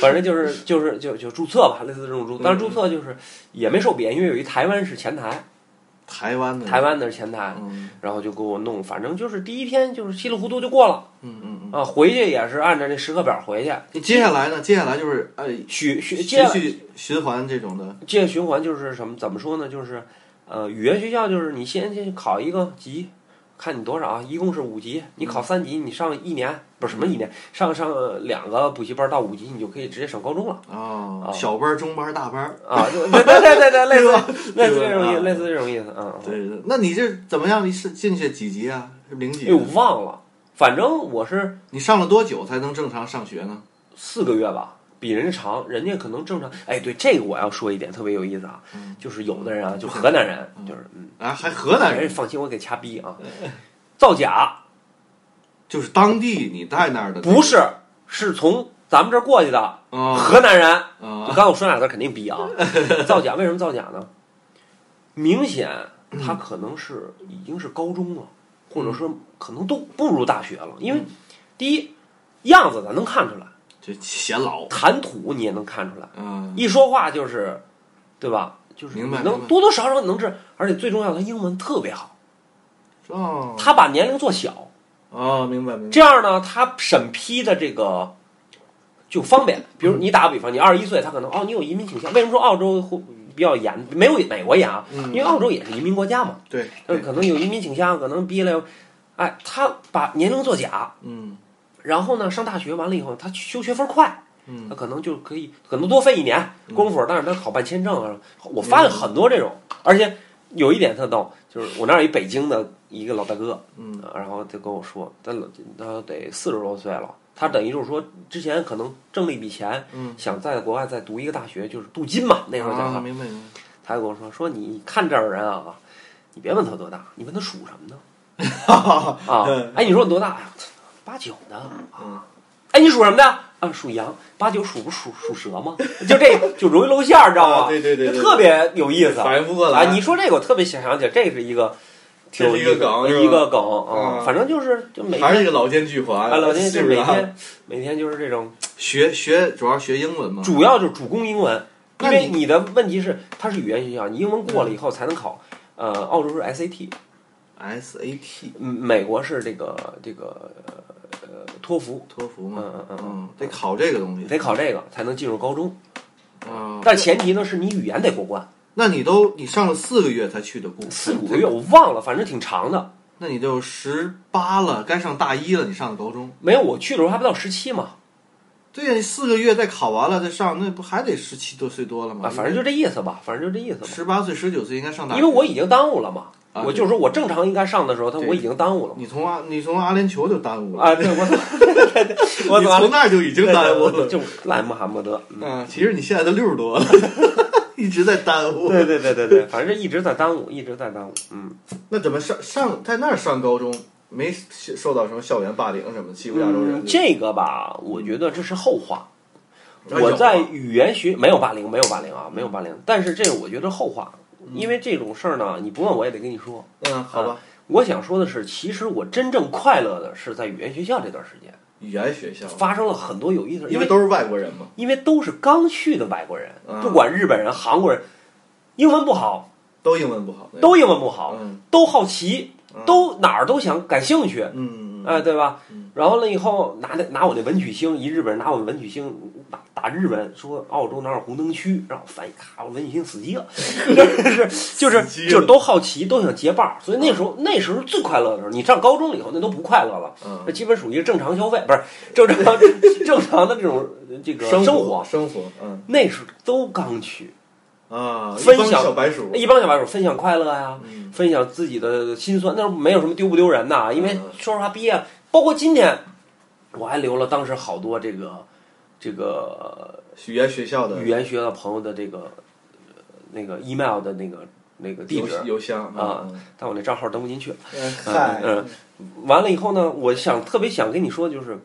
B: 反正就是就是就就注册吧，类似这种注，但是注册就是也没受贬，因为有一台湾是前台，
A: 台湾的
B: 台，湾的是前台。
A: 嗯
B: 然后就给我弄，反正就是第一天就是稀里糊涂就过了
A: 嗯嗯嗯。
B: 啊，回去也是按照那时刻表回去，
A: 接下来呢？接下来就是呃，
B: 循循
A: 持
B: 接下来
A: 续循环这种的，
B: 接下来循环就是什么？怎么说呢？就是呃，语言学校就是你先去考一个级，看你多少，啊一共是五级，你考三级，你上一年不是什么一年，上上呃两个补习班到五级，你就可以直接上高中了。
A: 哦
B: 啊，
A: 小班儿、中班儿、大班儿，
B: 啊，就对对对对对，类似类 似
A: 对吧
B: 这种意
A: 啊
B: 思，类似这种意思，嗯，嗯
A: 对对。那你这怎么样？你是进去几级啊？是零
B: 哎
A: 级
B: 呦，？我忘了，反正我是
A: 你上了多久才能正常上学呢？
B: 四个月吧，比人家长，人家可能正常。哎，对这个我要说一点特别有意思啊，
A: 嗯
B: 就是有的人啊，就河南人，就是嗯，
A: 啊，还河南
B: 人
A: 人，
B: 家放心，我给掐逼啊，
A: 嗯
B: 造假
A: 就是当地你在那儿的
B: 不是，是从咱们这儿过去的
A: 啊
B: 河南人。就
A: 啊
B: 刚才我说俩字儿肯定 逼啊，造假为什么造假呢？明显他可能是已经是高中了，或者说可能都步入大学了，因为第一样子咱能看出来，
A: 这显老，
B: 谈吐你也能看出来。
A: 嗯
B: 一说话就是，对吧？就是
A: 明白
B: 你
A: 明
B: 能
A: 白
B: 多多少少能治，而且最重要的，他英文特别好，
A: 哦
B: 他把年龄做小，
A: 哦，明白明白，
B: 这样呢，他审批的这个就方便。
A: 嗯
B: 比如你打个比方，你二十一岁，他可能哦，你有移民倾向。为什么说澳洲会比较严？没有美国严啊，
A: 嗯
B: 因为澳洲也是移民国家嘛，
A: 对，对
B: 但是可能有移民倾向，可能逼了，哎，他把年龄做假，
A: 嗯
B: 然后呢，上大学完了以后，他修学分快。
A: 嗯
B: 他可能就可以可能多费一年功夫，但是他考办签证啊，我
A: 嗯
B: 发现很多这种，而且有一点特逗，就是我那儿有一北京的一个老大哥，
A: 嗯
B: 呃然后就跟我说，他老他得四十多岁了，他等于就是说之前可能挣了一笔钱，
A: 嗯，
B: 想在国外再读一个大学，就是镀金嘛，那时候叫
A: 啊，
B: 他，
A: 明白明白，
B: 他就跟我说说你看这儿人啊，你别问他多大，你问他属什么呢？啊，哎，你说我多大？哎呀，八九的。
A: 嗯
B: 哎，你属什么的？啊，属羊。八九属不属属蛇吗？ 就这个就容易露馅儿，知道吗？
A: 啊对对对
B: 就
A: 对
B: 特别有意思。
A: 反应不过
B: 啊，
A: 来，
B: 你说这个我特别想想起来，这是一个挺
A: 这
B: 有
A: 是
B: 意
A: 一
B: 思
A: 个
B: 的
A: 梗是吧
B: 一个梗啊。
A: 嗯
B: 反正就是就每
A: 还
B: 天
A: 是一个老奸巨猾，
B: 啊，老天就
A: 不
B: 是每
A: 是啊？
B: 天每天就是这种，
A: 学学主要学英文嘛，
B: 主要就是主攻英文，因
A: 那
B: 为
A: 你
B: 你的问题是它是语言学校，你英文过了以后才能考。呃，澳洲是 SAT，
A: SAT
B: 嗯美国是这个这个呃托福，
A: 托福嘛，
B: 嗯嗯嗯
A: 得考这个东西
B: 得考这个才能进入高中。
A: 啊。
B: 但前提呢是你语言得过关，
A: 那你都你上了四个月才去的故，
B: 四五个月，我忘了，反正挺长的。
A: 那你就十八了，该上大一了，你上的高中
B: 没有，我去的时候还不到十七嘛，
A: 对呀，四个月再考完了再上，那不还得十七多岁多了吗？
B: 啊，反正就这意思吧，反正就这意思吧。
A: 十八岁、十九岁应该上大学。
B: 因为我已经耽误了嘛，
A: 啊
B: 我就是说我正常应该上的时候，他
A: 对
B: 我已经耽误了嘛。
A: 你从阿你从阿联酋就耽误了，
B: 啊，对，我 我
A: 你
B: 怎么
A: 从那儿就 已经耽误了。
B: 就烂穆罕 默德。
A: 嗯，其实你现在都六十多了， 一直在耽误。
B: 对对对对对，反正一直在耽误，一直在耽误。嗯，
A: 那怎么上上在那儿上高中没受到什么校园霸凌什么欺嗯负亚洲人？
B: 嗯这个吧，我觉得这是后话。
A: 哎
B: 我
A: 有
B: 在
A: 啊
B: 语言学没有霸凌，没有霸凌啊，没有霸凌。但是这个我觉得后话，因为这种事儿呢，你不问我也得跟你说。
A: 嗯，好
B: 啊
A: 吧，
B: 我想说的是，其实我真正快乐的是在语言学校这段时间，
A: 语言学校，
B: 发生了很多有意思的，
A: 因
B: 因
A: 为
B: 为
A: 都是外国人嘛。
B: 因为都是刚去的外国人
A: 啊，
B: 不管日本人、韩国人，英文不好，
A: 都英文不好，
B: 都英文不好，
A: 嗯
B: 都好奇，
A: 嗯
B: 都哪儿都想感兴趣，
A: 嗯
B: 哎，对吧
A: 嗯？
B: 然后了以后拿那拿我那文曲星，一日本人拿我文曲星打打日本，说澳洲哪有红灯区，让我翻译，咔，我文曲星死机了，就是就是
A: 死机了
B: 就是都好奇，都想结伴儿，所以那时候那时候最快乐的时候，你上高中了以后那都不快乐了，
A: 嗯
B: 那基本属于正常消费，不是正常正常的这种呃这个
A: 生
B: 生
A: 活生活，嗯
B: 那时候都刚去，
A: 啊，
B: 分
A: 一帮
B: 享哎
A: 小白鼠，
B: 一帮小白鼠分享快乐呀、
A: 嗯
B: 分享自己的心酸，那时候没有什么丢不丢人呐，因为
A: 嗯
B: 说实话，毕业，包括今天，我还留了当时好多这个这个
A: 语言学校的
B: 语言学的朋友的这个呃那个 email 的那个那个地
A: 邮
B: 址，
A: 邮箱
B: 啊，但我那账号登不进去。
A: 嗯嗨，
B: 嗯完了以后呢，我想特别想跟你说，就是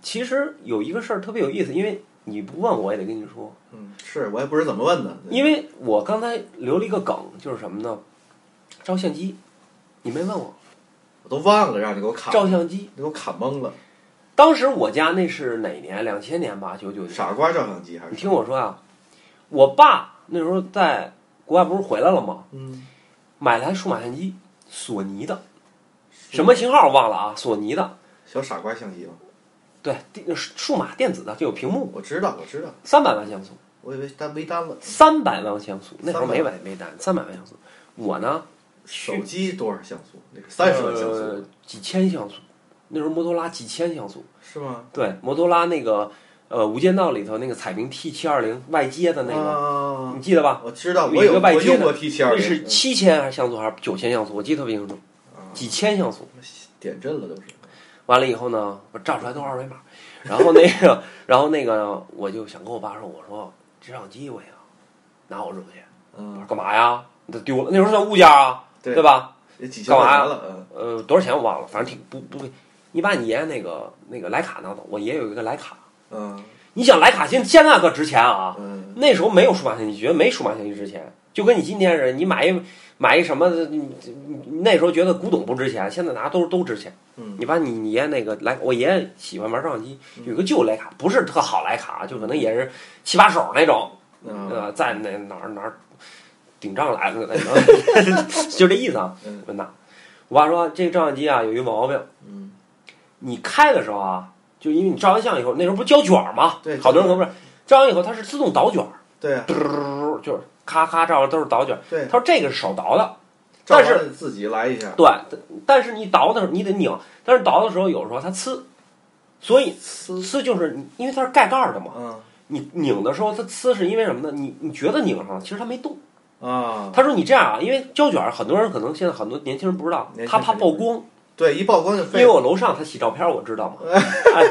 B: 其实有一个事儿特别有意思，因为你不问我也得跟你说，
A: 嗯，是我也不知道怎么问的，
B: 因为我刚才留了一个梗，就是什么呢？照相机，你没问我
A: 我都忘了让你给我卡，
B: 照相机。
A: 你给我卡懵了，
B: 当时我家那是哪年？两千年吧，九九年。
A: 傻瓜照相机还
B: 你
A: 是
B: 听我说啊，我爸那时候在国外不是回来了吗？
A: 嗯，
B: 买了台数码相机，索尼的，什么型号我忘了啊，索尼的。
A: 小傻瓜相机吗？
B: 对，电数码电子的就有屏幕，
A: 我知道，我知道，
B: 三百万像素，
A: 我以为单没单了，
B: 三百万像素，那时候没
A: 300
B: 买没单，三百万像素。我呢，
A: 手机多少像素？那个三十万像
B: 呃
A: 素
B: 几千像素，那时候摩托罗拉几千像素，
A: 是吗？
B: 对，摩托罗拉那个呃《无间道》里头那个彩屏 T 七二零外接的那个，
A: 啊
B: 你记得吧？
A: 我知道，
B: 有一
A: 我有
B: 个外
A: 我
B: 接
A: 用
B: 的
A: 过 T 七二
B: 那
A: 零，
B: 是七千还是像素还是九千像素？我记得特别清楚，
A: 嗯啊
B: 几千像素。
A: 点阵了都是，
B: 完了以后呢，我照出来都是二维码，然后那个，然后那个，我就想跟我爸说，我说这相机我也要，拿我扔去。我
A: 嗯
B: 说，干嘛呀？你都丢了，那时候算物价啊，
A: 对
B: 对吧？
A: 也几千块
B: 干嘛
A: 钱
B: 呀
A: 了，嗯。
B: 呃，多少钱我忘了，反正挺不不。你把你爷爷那个那个徕卡拿走，我爷爷有一个徕卡。
A: 嗯
B: 你想徕卡现现在可值钱啊，
A: 嗯，
B: 那时候没有数码相机，觉得没数码相机值钱，就跟你今天似的，你买一买一什么，你你那时候觉得古董不值钱，现在拿都都值钱。
A: 嗯
B: 你把你你爷那个徕，我爷爷喜欢玩照相机，有个旧徕卡，不是特好徕卡，就可能也是七八手那种，
A: 嗯
B: 呃，在那哪儿哪儿顶账来的 那种，就这意思啊
A: 嗯。
B: 我拿，我爸说这照相机啊有一毛病，
A: 嗯，
B: 你开的时候啊，就因为你照完相以后，那时候不胶卷儿吗？
A: 对
B: 好多人都不是照完以后它是自动导卷儿。
A: 对啊，
B: 嘟就是咔咔照着都是导卷。
A: 对
B: 他说这个是手倒的，
A: 照
B: 但是
A: 完了自己来一下，
B: 对，但但是你倒的时候你得拧，但是倒的时候有时候它呲，所以
A: 呲，
B: 呲就是你因为它是盖盖儿的嘛，
A: 嗯
B: 你拧的时候它呲是因为什么呢？你你觉得拧上了，其实它没动。
A: 啊，
B: 他说你这样啊，因为胶卷儿很多人可能现在很多年轻人不知道
A: 年，轻
B: 他
A: 人
B: 怕曝光，
A: 对，一曝光就
B: 因
A: 废
B: 为
A: 了，
B: 我楼上他洗照片儿我 知道嘛，哎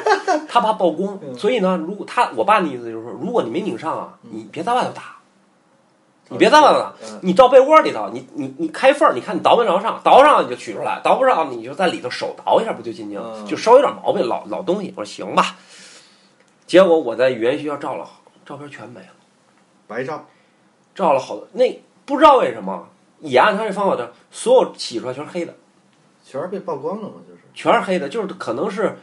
B: 他怕曝光，
A: 嗯
B: 所以呢，如果他我爸的意思就是说，如果你没拧上啊，你别在外头打，你别在外头打。
A: 嗯
B: 你到被窝里头，你你你开缝儿，你看你倒没倒上，倒上你就取出来，倒不上你就在里头手倒一下，不就进去了？
A: 嗯
B: 就稍有点毛病，老老东西。我说行吧，结果我在语言学校照了，照片全没了，
A: 白照，
B: 照了好多，那不知道为什么也按他这方法照，所有洗出来全是黑的，
A: 全是被曝光了嘛，就是
B: 全是黑的，就是可能是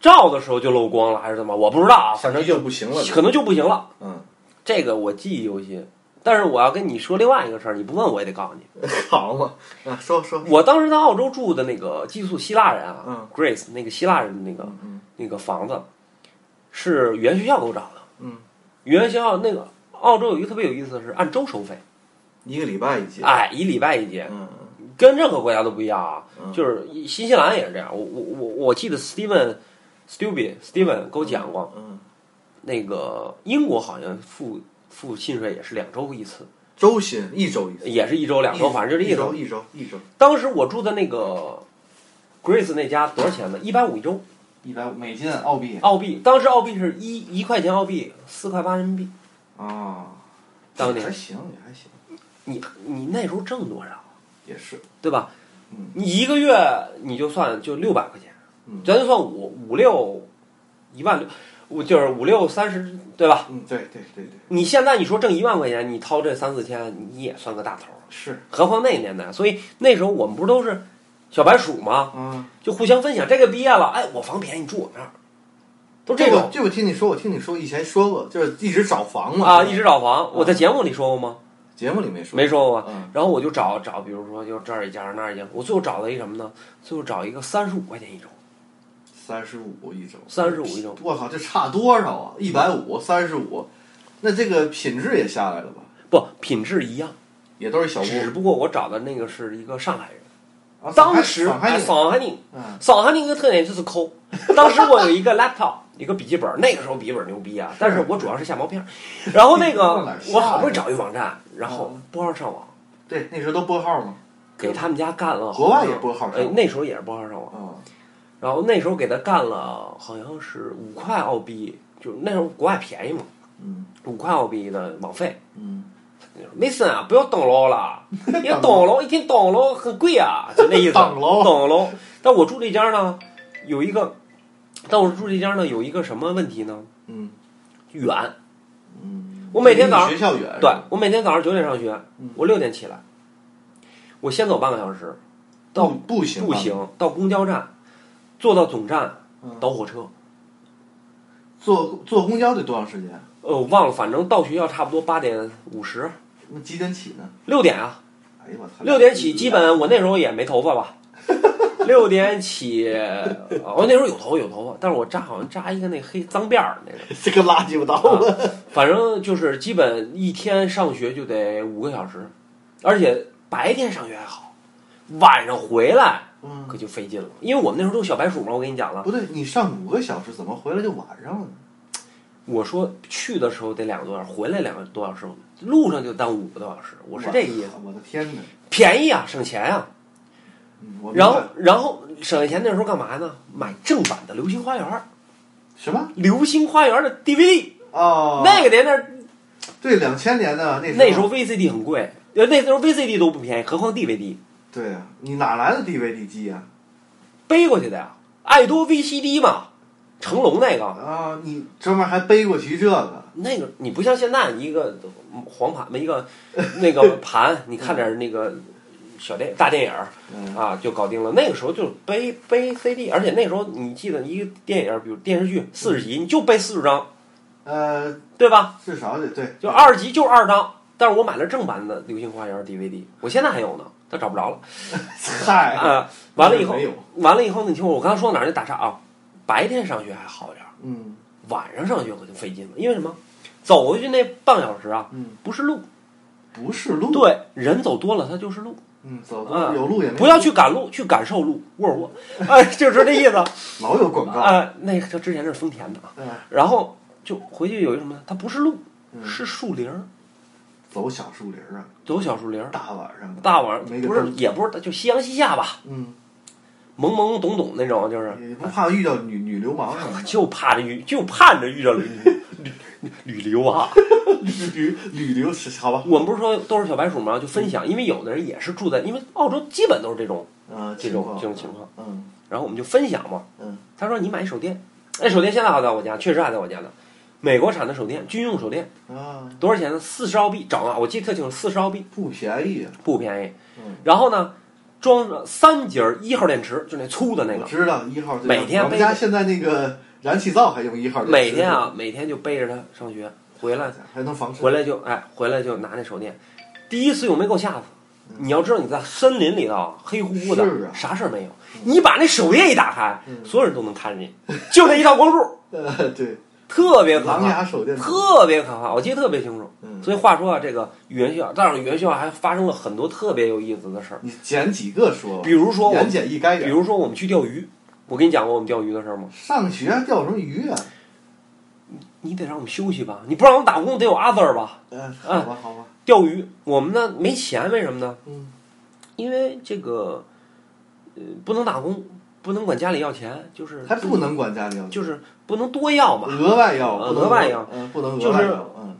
B: 照的时候就漏光了，还是怎么？我不知道啊，反
A: 相
B: 正
A: 机就不行了，
B: 可能就不行了。
A: 嗯，
B: 这个我记忆犹新，但是我要跟你说另外一个事儿，你不问我也得告诉你。
A: 好嘛，啊，说说，
B: 我当时在澳洲住的那个寄宿希腊人啊、
A: 嗯
B: g r a c e 那个希腊人的那个
A: 嗯
B: 那个房子，是语言学校给我找的。
A: 嗯，
B: 语言学校那个澳洲有一个特别有意思的是按周收费，
A: 一个礼拜一节，
B: 哎，一礼拜一节，
A: 嗯
B: 跟任何国家都不一样啊。
A: 嗯
B: 就是新西兰也是这样，我我我我记得 Steven Stupid Steven 给我讲过，
A: 嗯，
B: 那个英国好像付付薪水也是两周一次，
A: 周薪一周一次，
B: 也是一周两周，反正就这
A: 一
B: 意思。
A: 周一周一周，
B: 当时我住的那个 Grace 那家多少钱呢？一百五一周，
A: 一百美金澳币
B: 澳币。当时澳币是一一块钱澳币，四块八人民币。
A: 啊，
B: 当
A: 也还
B: 年
A: 行，也还行，
B: 你你那时候挣多少，
A: 也是，
B: 对吧
A: 嗯？
B: 你一个月你就算就六百块钱，
A: 嗯
B: 咱就算五五六一万六，我就是五六三十，对吧？
A: 嗯，对对对对，
B: 你现在你说挣一万块钱，你掏这三四千，你也算个大头儿，
A: 是
B: 何况那年代。所以那时候我们不是都是小白鼠吗？
A: 啊，
B: 就互相分享，这个毕业了，哎，我房便宜，你住我那儿，都这
A: 这
B: 种
A: 个这我听你说，我听你说以前说过，就是一直找房嘛
B: 啊，
A: 是吧
B: 一直找房。我在节目里说过吗？
A: 节目里没说，
B: 没说过吧？
A: 嗯
B: 然后我就找找，比如说就这儿一家那儿一家，我最后找了一什么呢？最后找一个三十五块钱一周，
A: 三十五一周，
B: 35一周
A: 我靠，这差多少啊？一百五，三十五，那这个品质也下来了吧？
B: 不品质一样，
A: 也都是小
B: 只
A: 屋。
B: 不过我找的那个是一个上海人。
A: 啊
B: 当时
A: 上海
B: 哎
A: 上海
B: 上海人，
A: 嗯
B: 上海人一个特点就是抠。当时我有一个 laptop，一个笔记本，那个时候笔记本牛逼啊，但是我主要是下毛片儿。然后那
A: 那哪
B: 个
A: 儿下呀
B: 我好不容易找一网站，然后
A: 嗯
B: 拨号上网，
A: 对，那时候都拨号嘛，
B: 给他们家干了。
A: 国外也拨号上
B: 哎
A: 网，
B: 那时候也是拨号上网。
A: 啊，
B: 然后那时候给他干了，好像是五块澳币，就是那时候国外便宜嘛，
A: 嗯
B: 五块澳币的网费。
A: 嗯，
B: 没事啊，不要动 楼了，你要动楼一听动楼很贵啊，就那意思。
A: 动楼
B: 动楼。但我住这家呢，有一个，但我住这家呢有一个什么问题呢？
A: 嗯
B: 远。
A: 嗯，
B: 我每天早上
A: 离学校远，
B: 对我每天早上九点上学
A: 哎嗯，
B: 我六点起来，我先走半个小时，到
A: 不步行啊
B: 步
A: 吧，
B: 行到公交站，坐到总站
A: 嗯
B: 倒火车。
A: 坐坐公交得多长时间？啊
B: 呃，我忘了，反正到学校差不多八点五十，
A: 那几点起呢？
B: 六点啊，
A: 哎呦我操，
B: 六点起，基本我那时候也没头发吧。六点起，我、那时候有头发有头发，但是我扎好像扎一个那黑脏辫儿那个，
A: 这个垃圾不到了，
B: 反正就是基本一天上学就得五个小时，而且白天上学还好，晚上回来
A: 嗯，
B: 可就费劲了，因为我们那时候都是小白鼠嘛，我跟你讲 了，
A: 不对，你上五个小时，怎么回来就晚上了呢？
B: 我说去的时候得两个多小时，回来两个多小时，路上就耽误五个多小时，我是这意思，
A: 操，我的天哪！
B: 便宜啊，省钱啊，
A: 嗯我明
B: 然后
A: 白，
B: 然后省下钱那时候干嘛呢？买正版的《流星花园》，《
A: 什么
B: 流星花园》的 DVD。
A: 哦，
B: 那个年代，
A: 对，两千年的那
B: 那时候 VCD 很贵，呃，那时候 VCD 都不便宜，何况 DVD
A: 对啊，你哪来的 DVD 机呀、
B: 背过去的呀。爱多 VCD 嘛，成龙那个，
A: 啊？你专门还背过去这个？
B: 那个你不像现在一个黄盘，一个 那个盘，你看点那个小电大电影儿
A: 嗯
B: 啊就搞定了。那个时候就背背 CD，而且那时候你记得一个电影儿，比如电视剧四十集，你就背四十张，
A: 呃，
B: 对吧？
A: 至少得对，
B: 就二集就是二张，但是我买了正版的《流星花园》DVD，我现在还有呢，但找不着了。
A: 嗨、
B: 啊，完了以后
A: 没有，
B: 完了以后呢，你听我，我刚刚说到哪儿？你打岔啊！白天上学还好点儿，
A: 嗯
B: 晚上上学可就费劲了，因为什么？走回去那半个小时啊，
A: 嗯，
B: 不是路，
A: 不是路，
B: 对，人走多了，它就是路，
A: 嗯，走的、
B: 啊
A: 有路也没有
B: 不要去赶路，去感受路，沃尔 沃，哎，就是这意思。
A: 老有广告，
B: 啊，那个之前那是丰田的啊，
A: 嗯、
B: 然后就回去有一什么呢？它不是路，
A: 嗯
B: 是树林儿，
A: 走小树林啊，
B: 走小树林儿，
A: 大晚上的，
B: 大晚上
A: 没个
B: 不是
A: 灯
B: 也不是，就夕阳西下吧，
A: 嗯，
B: 懵懵懂懂那种，就是
A: 也不怕遇到女女流氓什 么的，
B: 就怕着遇就盼着遇着 吕吕吕流啊。
A: 旅旅流是好吧？
B: 我们不是说都是小白鼠吗？就分享，因为有的人也是住在，因为澳洲基本都是这种
A: 嗯、
B: 这
A: 情
B: 种
A: 况
B: 这种情况。
A: 嗯
B: 然后我们就分享嘛。
A: 嗯
B: 他说你买手电，那手电现在还在我家，确实还在我家呢。美国产的手电，军用手电，
A: 啊，
B: 多少钱呢？四十澳币，涨了，我记得特清楚，四十澳币，
A: 不便宜啊，
B: 不便宜。
A: 嗯，
B: 然后呢，装着三节儿一号电池，就那粗的那
A: 我
B: 个，
A: 知道一号这个，
B: 每天
A: 我们
B: 背
A: 家
B: 着
A: 现在那个燃气灶还用一号，
B: 每天，啊，每天就背着它上学，回来
A: 还能防
B: 回
A: 尘，
B: 来就哎，回来就拿那手电。第一次用没够吓死，你要知道你在森林里头黑乎乎的，
A: 嗯是啊
B: 啥事儿没有。你把那手电一打开，
A: 嗯
B: 所有人都能看见你，就那一道光柱，
A: 呃， 对，
B: 特别可
A: 狼
B: 怕，
A: 牙手电筒，
B: 特别可怕，我记得特别清楚。
A: 嗯，
B: 所以话说啊，这个语言学校，但是语言学校还发生了很多特别有意思的事儿，
A: 你捡几个说吧，
B: 比如说我
A: 言
B: 们，
A: 简意赅
B: 比
A: 点，
B: 如说我们去钓鱼，我跟你讲过我们钓鱼的事儿吗？
A: 上学钓什么鱼啊？
B: 你得让我们休息吧，你不让我们打工得有 other 吧？
A: 嗯，好吧，好吧，
B: 钓鱼，我们呢没钱，为什么呢？
A: 嗯，
B: 因为这个，呃，不能打工，不能管家里要钱，就是
A: 还不能管家里要钱，
B: 就是不能多要嘛。
A: 额外要，
B: 呃
A: 不能
B: 额外要，
A: 嗯，不能
B: 就
A: 额外
B: 是
A: 要，嗯，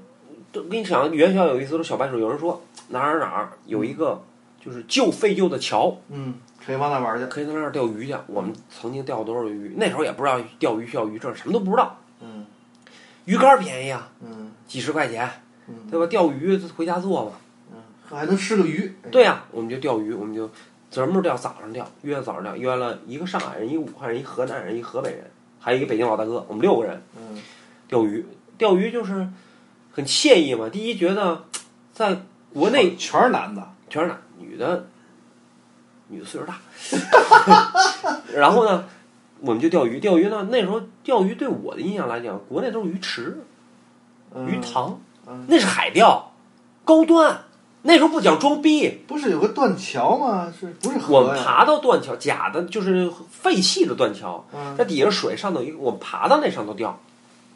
B: 都跟你讲，原校有一次都小白鼠，有人说哪儿哪儿哪儿有一个就是旧废旧的桥，
A: 嗯，可以往那玩去，
B: 可以在那儿钓鱼去。我们曾经钓过多少鱼？那时候也不知道钓鱼需要渔证，什么都不知道。
A: 嗯
B: 鱼竿便宜啊，
A: 嗯
B: 几十块钱，
A: 嗯
B: 对吧？钓鱼回家做嘛。
A: 嗯，还能吃个鱼，哎，
B: 对呀、啊我们就钓鱼，我们就什么时候钓？早上钓，约了早上钓，约了一个上海人，一个武汉人，一河南人，一河北人，还有一个北京老大哥，我们六个人
A: 嗯
B: 钓鱼。钓鱼就是很惬意嘛。第一，觉得在国内
A: 全是男的，
B: 全是男女的，女的岁数大。 然后呢，我们就钓鱼。钓鱼呢，那时候钓鱼对我的印象来讲，国内都是鱼池、
A: 嗯
B: 鱼，塘，
A: 嗯，
B: 那是海钓，高端。那时候不讲装逼，
A: 不是有个断桥吗？是不是
B: 我
A: 河
B: 们
A: 呀？
B: 爬到断桥，假的就是废弃的断桥，
A: 嗯，
B: 在底下水，上头有一个，我们爬到那上头钓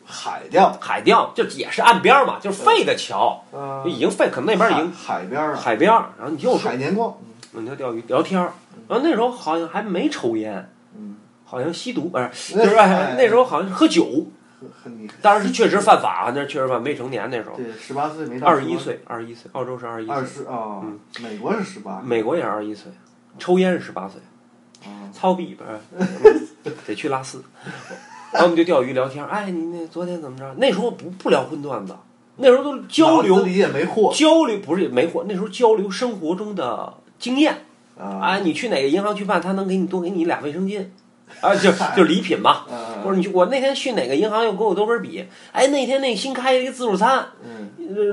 A: 海钓，
B: 海钓，就也是岸边儿嘛，就是废的桥，
A: 嗯
B: 就，已经废，可呃能那边已经
A: 海海边儿啊，
B: 海边儿，然后你又说
A: 海年光，嗯
B: 我们就钓鱼聊天儿，然后那时候好像还没抽烟，
A: 嗯，
B: 好像吸毒，不是，
A: 那
B: 就是
A: 哎
B: 那时候好像是喝酒，
A: 很很厉害，
B: 当然是确实犯法啊，那确实犯未成年那时候，
A: 对，十八岁没到
B: 二十一
A: 18，
B: 岁，二十一岁，澳洲是二十一
A: 二
B: 岁，
A: 十啊，美国是十八，
B: 美国也是二十一岁，抽烟是十八岁，
A: 啊，
B: 操 逼不是，得去拉丝，然后我们就钓鱼聊天，哎，你那昨天怎么着？那时候不不聊荤段子，那时候都是交
A: 脑
B: 流
A: 子里也没货
B: 交流，不是没货，那时候交流生活中的经验。
A: 啊，
B: 啊，你去哪个银行去办，他能给你多给你俩卫生巾，啊， 就就礼品嘛。
A: 嗯
B: 或者你去，我那天去哪个银行又给我多根笔，哎，那天那新开一个自助餐，
A: 嗯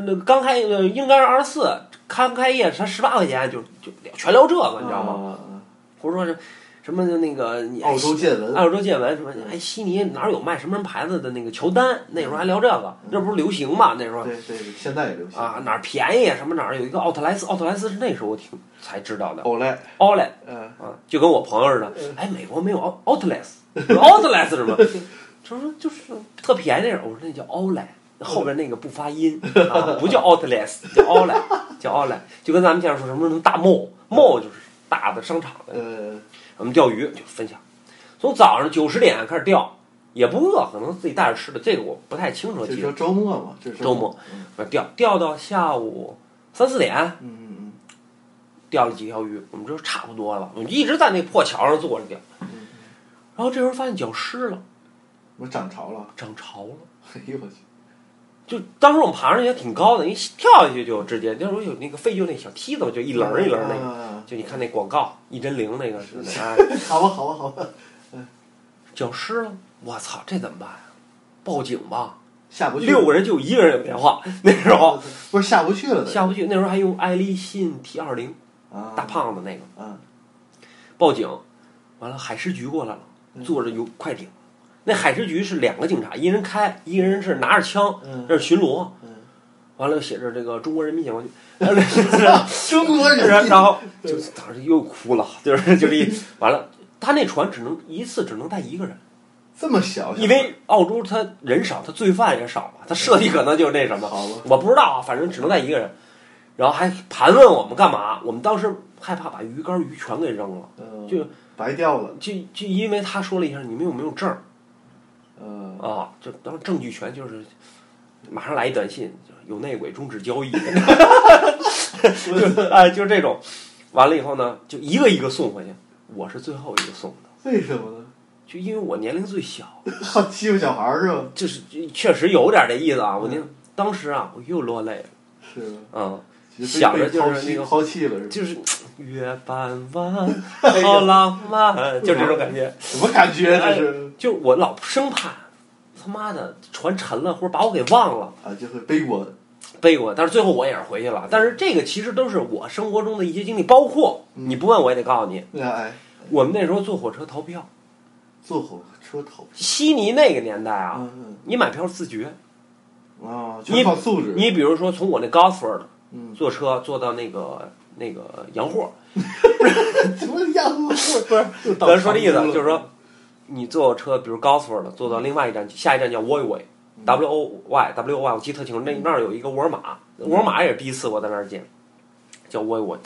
B: 呃，刚开呃应该是二十四，刚开业才十八块钱，就就全聊这个，你知道吗？
A: 吗？
B: 或者说是什么那个你
A: 哦澳洲见闻，
B: 澳洲见闻什么，哎，悉尼哪有卖什么牌子的那个乔丹？那时候还聊这个，那不是流行嘛？那时候
A: 对对，对现在也流行
B: 啊，哪儿便宜什么哪儿有一个奥特莱斯，奥特莱斯是那时候我听才知道的，
A: 欧莱，
B: 奥莱。
A: 嗯
B: 啊，就跟我朋友似的，哎，美国没有 out- outlets，outlets 是吗？他说就是特便宜那种，我说那叫 outlet，后边那个不发音啊，不叫 outlets，叫 outlet，叫 outlet，就跟咱们现在说什么什么大 mall，mall 就是大的商场的。
A: 呃，
B: 我们钓鱼就分享，从早上九十点开始钓，也不饿，可能自己带着吃的，这个我不太清楚
A: 这
B: 记
A: 说
B: 得。
A: 周末嘛，这是
B: 周末，钓钓到下午三四点，
A: 嗯嗯嗯
B: 钓了几条鱼，我们这差不多了，我们一直在那破桥上坐着钓，然后这时候发现脚湿了，
A: 嗯，我涨潮了，
B: 涨潮了。
A: 哎呦我去，
B: 就当时我们爬上去也挺高的，一跳下去就直接，那时候有那个废旧那小梯子嘛，就一棱儿一棱儿那个，
A: 个，
B: 就你看那广告一针灵那个似的，哎，
A: 好吧好吧好吧，
B: 脚湿了，我操，这怎么办呀？啊报警吧，
A: 下不去，
B: 六个人就一个人有电话，那时候
A: 不是下不去了，
B: 下不去，那时候还用爱立信 T 二零
A: 啊，
B: 大胖子那个。
A: 啊，
B: 报警，完了海事局过来了，
A: 嗯
B: 坐着有快艇，那海事局是两个警察，一人开，一个人是拿着枪，
A: 嗯
B: 这是巡逻，
A: 嗯，
B: 完了写着这个中国人民 解放军，然
A: 中国
B: 后
A: 人，
B: 然后就当时又哭了，就是就是一完了，他那船只能一次只能带一个人，
A: 这么小，
B: 因为澳洲他人少，他罪犯也少嘛，他设计可能就是那什么
A: 好吧，
B: 我不知道啊，反正只能带一个人，然后还盘问我们干嘛，我们当时害怕把鱼竿鱼全给扔了。
A: 嗯
B: 就
A: 白钓了，
B: 就就因为他说了一下，你们有没有证儿
A: 嗯，
B: 啊？这当时证据权就是，马上来一短信，就是有内鬼终止交易， 就哎就这种，完了以后呢，就一个一个送回去，我是最后一个送的，
A: 为什么呢？
B: 就因为我年龄最小，
A: 好欺负小孩儿是吧？
B: 就是确实有点这意思啊。我那当时啊，我又落泪了，
A: 是吧？
B: 嗯，
A: 其实
B: 想
A: 被
B: 着就是
A: 抛弃
B: 那个
A: 抛弃了，是吧
B: 就是月半弯，好浪漫，就这种感觉。
A: 什么感觉这是？
B: 就是我老生怕他妈的船沉了，或者把我给忘了
A: 啊，就会背锅，
B: 背过，但是最后我也是回去了。但是这个其实都是我生活中的一些经历，包括
A: 嗯
B: 你不问我也得告诉你，
A: 哎，
B: 我们那时候坐火车逃票，
A: 坐火车逃
B: 悉尼那个年代啊，
A: 嗯
B: 你买票是自觉。
A: 嗯啊，
B: 你
A: 全靠素质。
B: 你比如说从我那 Gosford
A: 嗯，
B: 坐车坐到那个那个洋货，
A: 什么样子？不是，
B: 啊咱说这意思就是说，你坐车，比如 Gosford 坐到另外一站，下一站叫 Woy，W O Y W O Y，我记得特清楚，那那儿有一个沃尔玛，沃尔玛也是第一次我在那儿见，叫 Woy。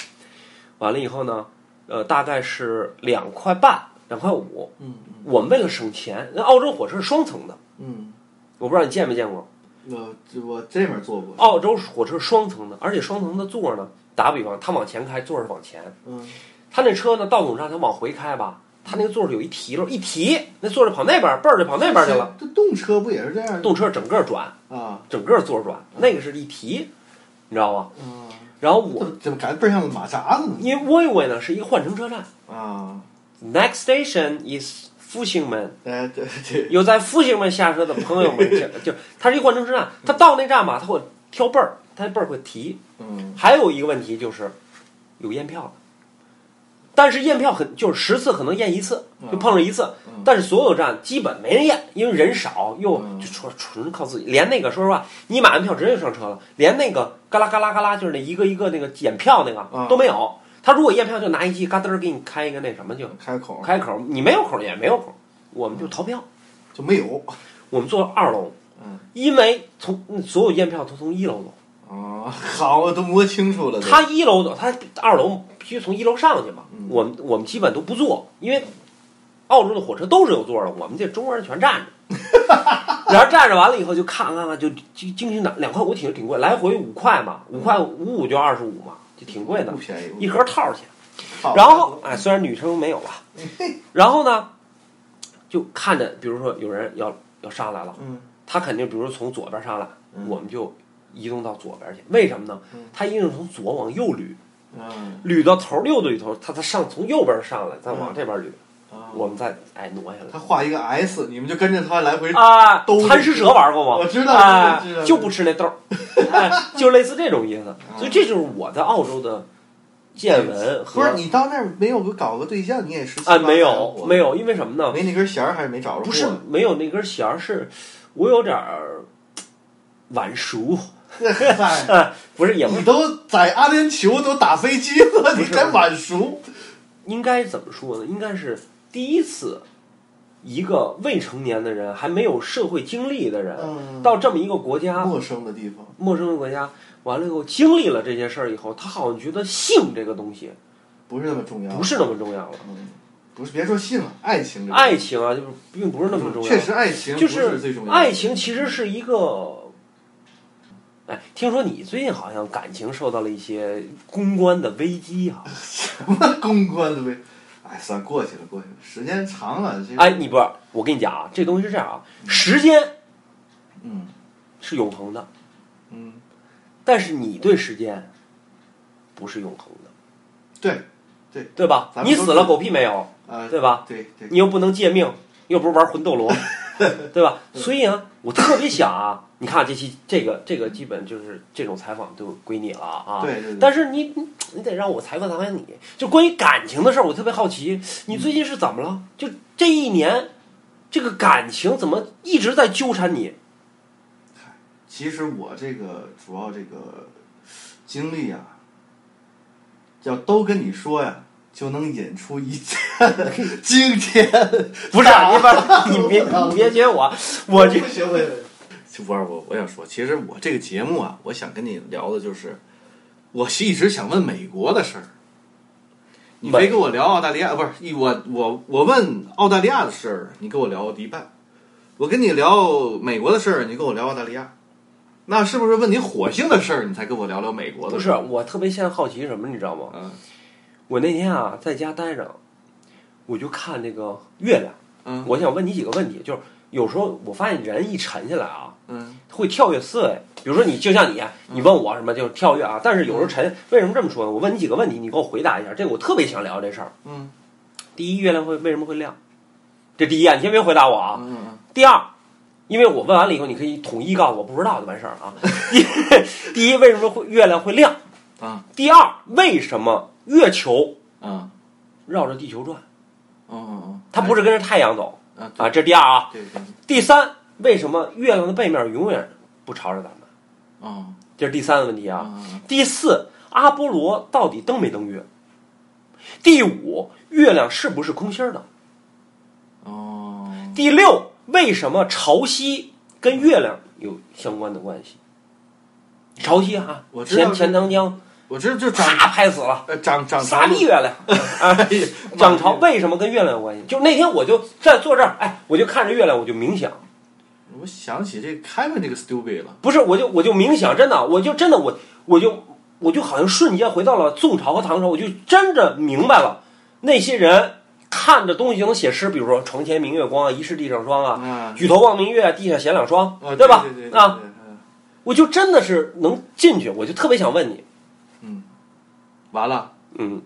B: 完了以后呢，呃，大概是两块半，两块五。
A: 嗯
B: 我们为了省钱，那澳洲火车是双层的，
A: 嗯，
B: 我不知道你见没见过。
A: 我这我这面坐过，
B: 澳洲火车是双层的，而且双层的座呢，打比方，它往前开，座儿是往前；
A: 嗯
B: 它那车呢，道路上它往回开吧，它那个座儿有一提溜，一提那座儿就跑那边儿，背儿就跑那边儿去了。。
A: 这动车不也是这样
B: 动车整个转，
A: 啊？
B: 整个座儿转，那个是一提，你知道吗？
A: 嗯，
B: 然后
A: 怎
B: 我
A: 么怎么感觉倍儿像马扎子呢？
B: 因为 Woi Woi 呢是一个换乘车站
A: 啊，
B: ，Next station is Fushingman。
A: 哎，对对，
B: 有在复兴门下车的朋友们，就就它是一换乘车站，它到那站吧，它会挑背儿，它背儿会提。
A: 嗯
B: 还有一个问题就是，有验票的，但是验票很就是十次可能验一次，就碰上一次
A: 嗯，
B: 但是所有站基本没人验，因为人少又
A: 嗯
B: 就纯纯靠自己。连那个说实话，你买完票直接就上车了，连那个嘎啦嘎啦嘎啦，就是那一个一个那个检票那
A: 嗯
B: 个都没有。他如果验票就拿一机嘎噔儿给你开一个那什么就
A: 开口
B: 开口，你没有口儿也没有口儿，我们就逃票。
A: 就没有。
B: 我们坐二楼，
A: 嗯
B: 因为从嗯所有验票都从一楼走，
A: 啊，好，我都摸清楚了。
B: 他一楼走，他二楼必须从一楼上去嘛
A: 嗯。
B: 我们我们基本都不坐，因为澳洲的火车都是有座的，我们这中国人全站 着，然后站着完了以后就看看看，就就经济两两块五挺挺贵，来回五块嘛，五块五五就二十五嘛，就挺贵的
A: 不，便宜，
B: 一盒套儿去。
A: 嗯好
B: 然后，哎，虽然女生没有吧，然后呢，就看着，比如说有人要要上来了。
A: 嗯
B: 他肯定，比如说从左边上来，
A: 嗯
B: 我们就移动到左边去。为什么呢
A: 嗯？
B: 他一定是从左往右捋，
A: 嗯
B: 捋到头儿，又捋头，他他上从右边上来，再往这边捋，
A: 啊，
B: 我们再哎挪下来
A: 他。画一个 S，你们就跟着他来回
B: 啊，
A: 兜着
B: 贪吃蛇玩过吗？
A: 我知道
B: 哎
A: 知道知道
B: 就不吃那豆 儿，哎就类似这种意思。
A: 嗯
B: 所以这就是我在澳洲的见闻和
A: 不是你到那儿没有个搞个对象，你也是
B: 啊，没有没有，因为什么呢？
A: 没那根弦儿，还是没找着货。
B: 不是没有那根弦儿，是我有点儿晚熟，哎
A: 嗨，
B: 不是也不
A: 你都在阿联酋都打飞机了，你
B: 不是
A: 还晚熟？
B: 应该怎么说呢？应该是第一次，一个未成年的人，还没有社会经历的人，
A: 嗯
B: 到这么一个国家，
A: 陌生的地方，
B: 陌生的国家，完了以后经历了这些事儿以后，他好像觉得性这个东西
A: 不是那么重要，
B: 不是那么重要了，
A: 嗯，不是，别说信了，爱情这个
B: 爱情啊，就是并不是那么重要，
A: 嗯确实爱情
B: 就
A: 不最重要的，
B: 爱情其实是一个。哎，听说你最近好像感情受到了一些公关的危机
A: 嗯
B: 啊！
A: 什么公关的呗。哎，算过去了，过去了，时间长了，这个
B: 哎，，你不是，我跟你讲啊，这东西是这样啊，时间
A: 嗯
B: 是永恒的，
A: 嗯，
B: 但是你对时间不是永恒的，
A: 对，
B: 对吧
A: 咱？们
B: 你
A: 都
B: 死
A: 是
B: 了狗屁没有，
A: 呃，
B: 对吧？
A: 对对，
B: 你又不能借命，又不是玩魂斗 罗，对吧？所以呢，我特别想啊，你看这期这个这个基本就是这种采访就归你了啊。
A: 对对对
B: 但是你你你得让我采访采访你，就关于感情的事儿，我特别好奇，你最近是怎么了？就这一年，这个感情怎么一直在纠缠你？
A: 其实我这个主要这个经历啊，要都跟你说呀，就能引出一件 惊天。
B: 不 是，你把，你别你别学我，啊我这
A: 不学会了。 不是我，我想说，其实我这个节目啊，我想跟你聊的就是，我是一直想问美国的事儿。你
B: 美
A: 别跟我聊澳大利亚，不是我我我问澳大利亚的事儿，你跟我聊迪拜；我跟你聊美国的事儿，你跟我聊澳大利亚。那是不是问你火星的事儿，你才跟我聊聊美国
B: 不
A: 的事
B: 是，我特别现在好奇什么，你知道吗
A: 儿？？嗯
B: 我那天啊在家待着，我就看这个月亮。
A: 嗯
B: 我想问你几个问题，就是有时候我发现人一沉下来啊，
A: 嗯
B: 会跳跃思维。比如说你就像你，你问我什么就是跳跃啊，但是有时
A: 嗯
B: 候沉，为什么这么说呢？我问你几个问题，你给我回答一下。这个我特别想聊这事儿。
A: 嗯
B: 第一，月亮会为什么会亮？这第一啊，你先别回答我啊。
A: 嗯，
B: 第二，因为我问完了以后，你可以统一告诉我不知道就完事儿啊。 第第一，为什么会月亮会亮？
A: 啊
B: 第二，为什么月球
A: 啊
B: 绕着地球转？
A: 嗯嗯，
B: 它不
A: 是
B: 是跟着太阳走
A: 啊
B: 啊，这第二啊。
A: 对对，
B: 第三，为什么月亮的背面永远不朝着咱们？
A: 嗯
B: 这是第三个问题啊。
A: 啊
B: 第四，阿波罗到底登没登月？第五，月亮是不是空心儿的？
A: 哦，
B: 第六，为什么潮汐跟月亮有相关的关系？潮汐啊，
A: 我知道
B: 钱
A: 是
B: 钱塘江
A: 我这就涨
B: 啪拍死了。
A: 呃涨涨
B: 撒
A: 潮
B: 地月亮，
A: 哎呀
B: 涨潮为什么跟月亮有关系？就那天我就在坐这儿，哎，我就看着月亮，我就冥想，
A: 我想起这 Kevin 这个 stupid 了，
B: 不是，我就我就冥想，真的，我就真的我我就我就好像瞬间回到了宋朝和唐朝，我就真的明白了那些人看着东西就能写诗，比如说“床前明月光”啊，“疑是地上霜”啊，“
A: 啊，
B: 举头望明月，地下闲两霜”，
A: 啊
B: 吧？
A: 对对对
B: 啊，，
A: 对嗯
B: 我就真的是能进去，我就特别想问你，
A: 完了，
B: 嗯，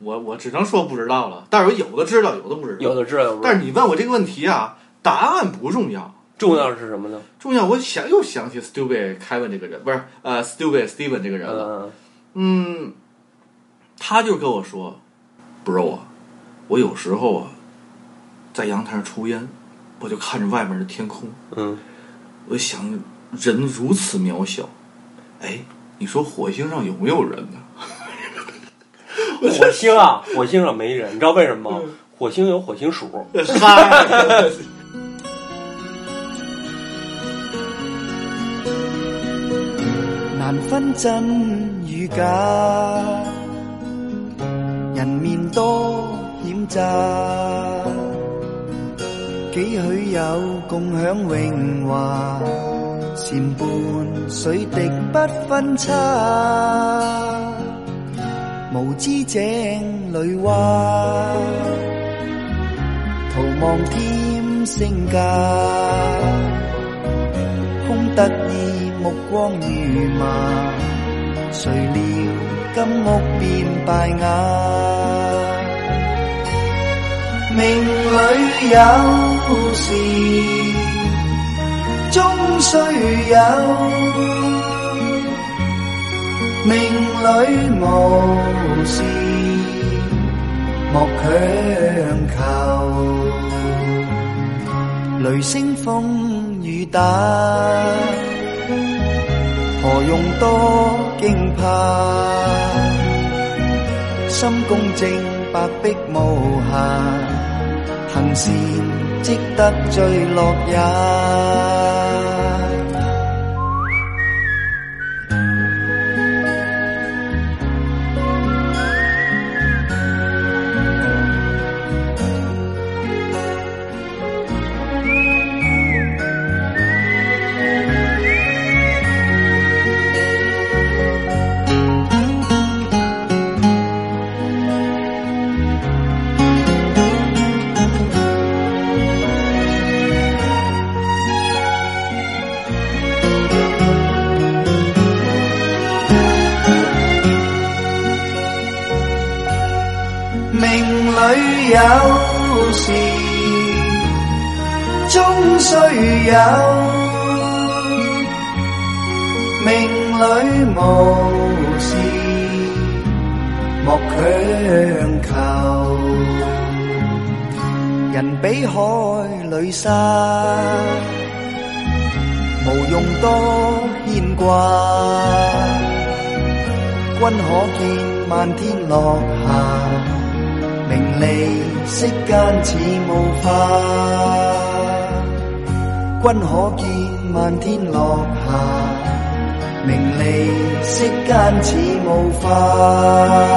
A: 我我只能说不知道了，但是我有的知道，有的不知道，
B: 有的知道，
A: 但是你问我这个问题啊，答案不重要，
B: 重要的是什么呢？
A: 重要我想又想起 stupid Kevin 这个人，不是呃 stupid Steven 这个人了，
B: 嗯，
A: 嗯，他就跟我说，bro 啊，我有时候啊，在阳台上抽烟，我就看着外面的天空，
B: 嗯，
A: 我就想人如此渺小，哎，你说火星上有没有人呢？
B: 火星啊，火星上没人，你知道为什么吗？火星有火星鼠，
A: 嗨，
C: 难分真与假，人面多险诈，几许有共享荣华，善伴水滴不分差，无知井里蛙，徒望添升价。空得意目光如麻，谁料金屋變敗瓦。命裏有時，終須有；命裏無時，莫強求。雷聲風雨打，何用多驚怕？心公正，百璧無瑕，行善積得最樂也。命里有時終須有，命里無時莫強求。人比海裏沙，無用多牽掛。君可見漫天落霞，名利息間似霧化。君可見漫天落霞，名利息間似霧化。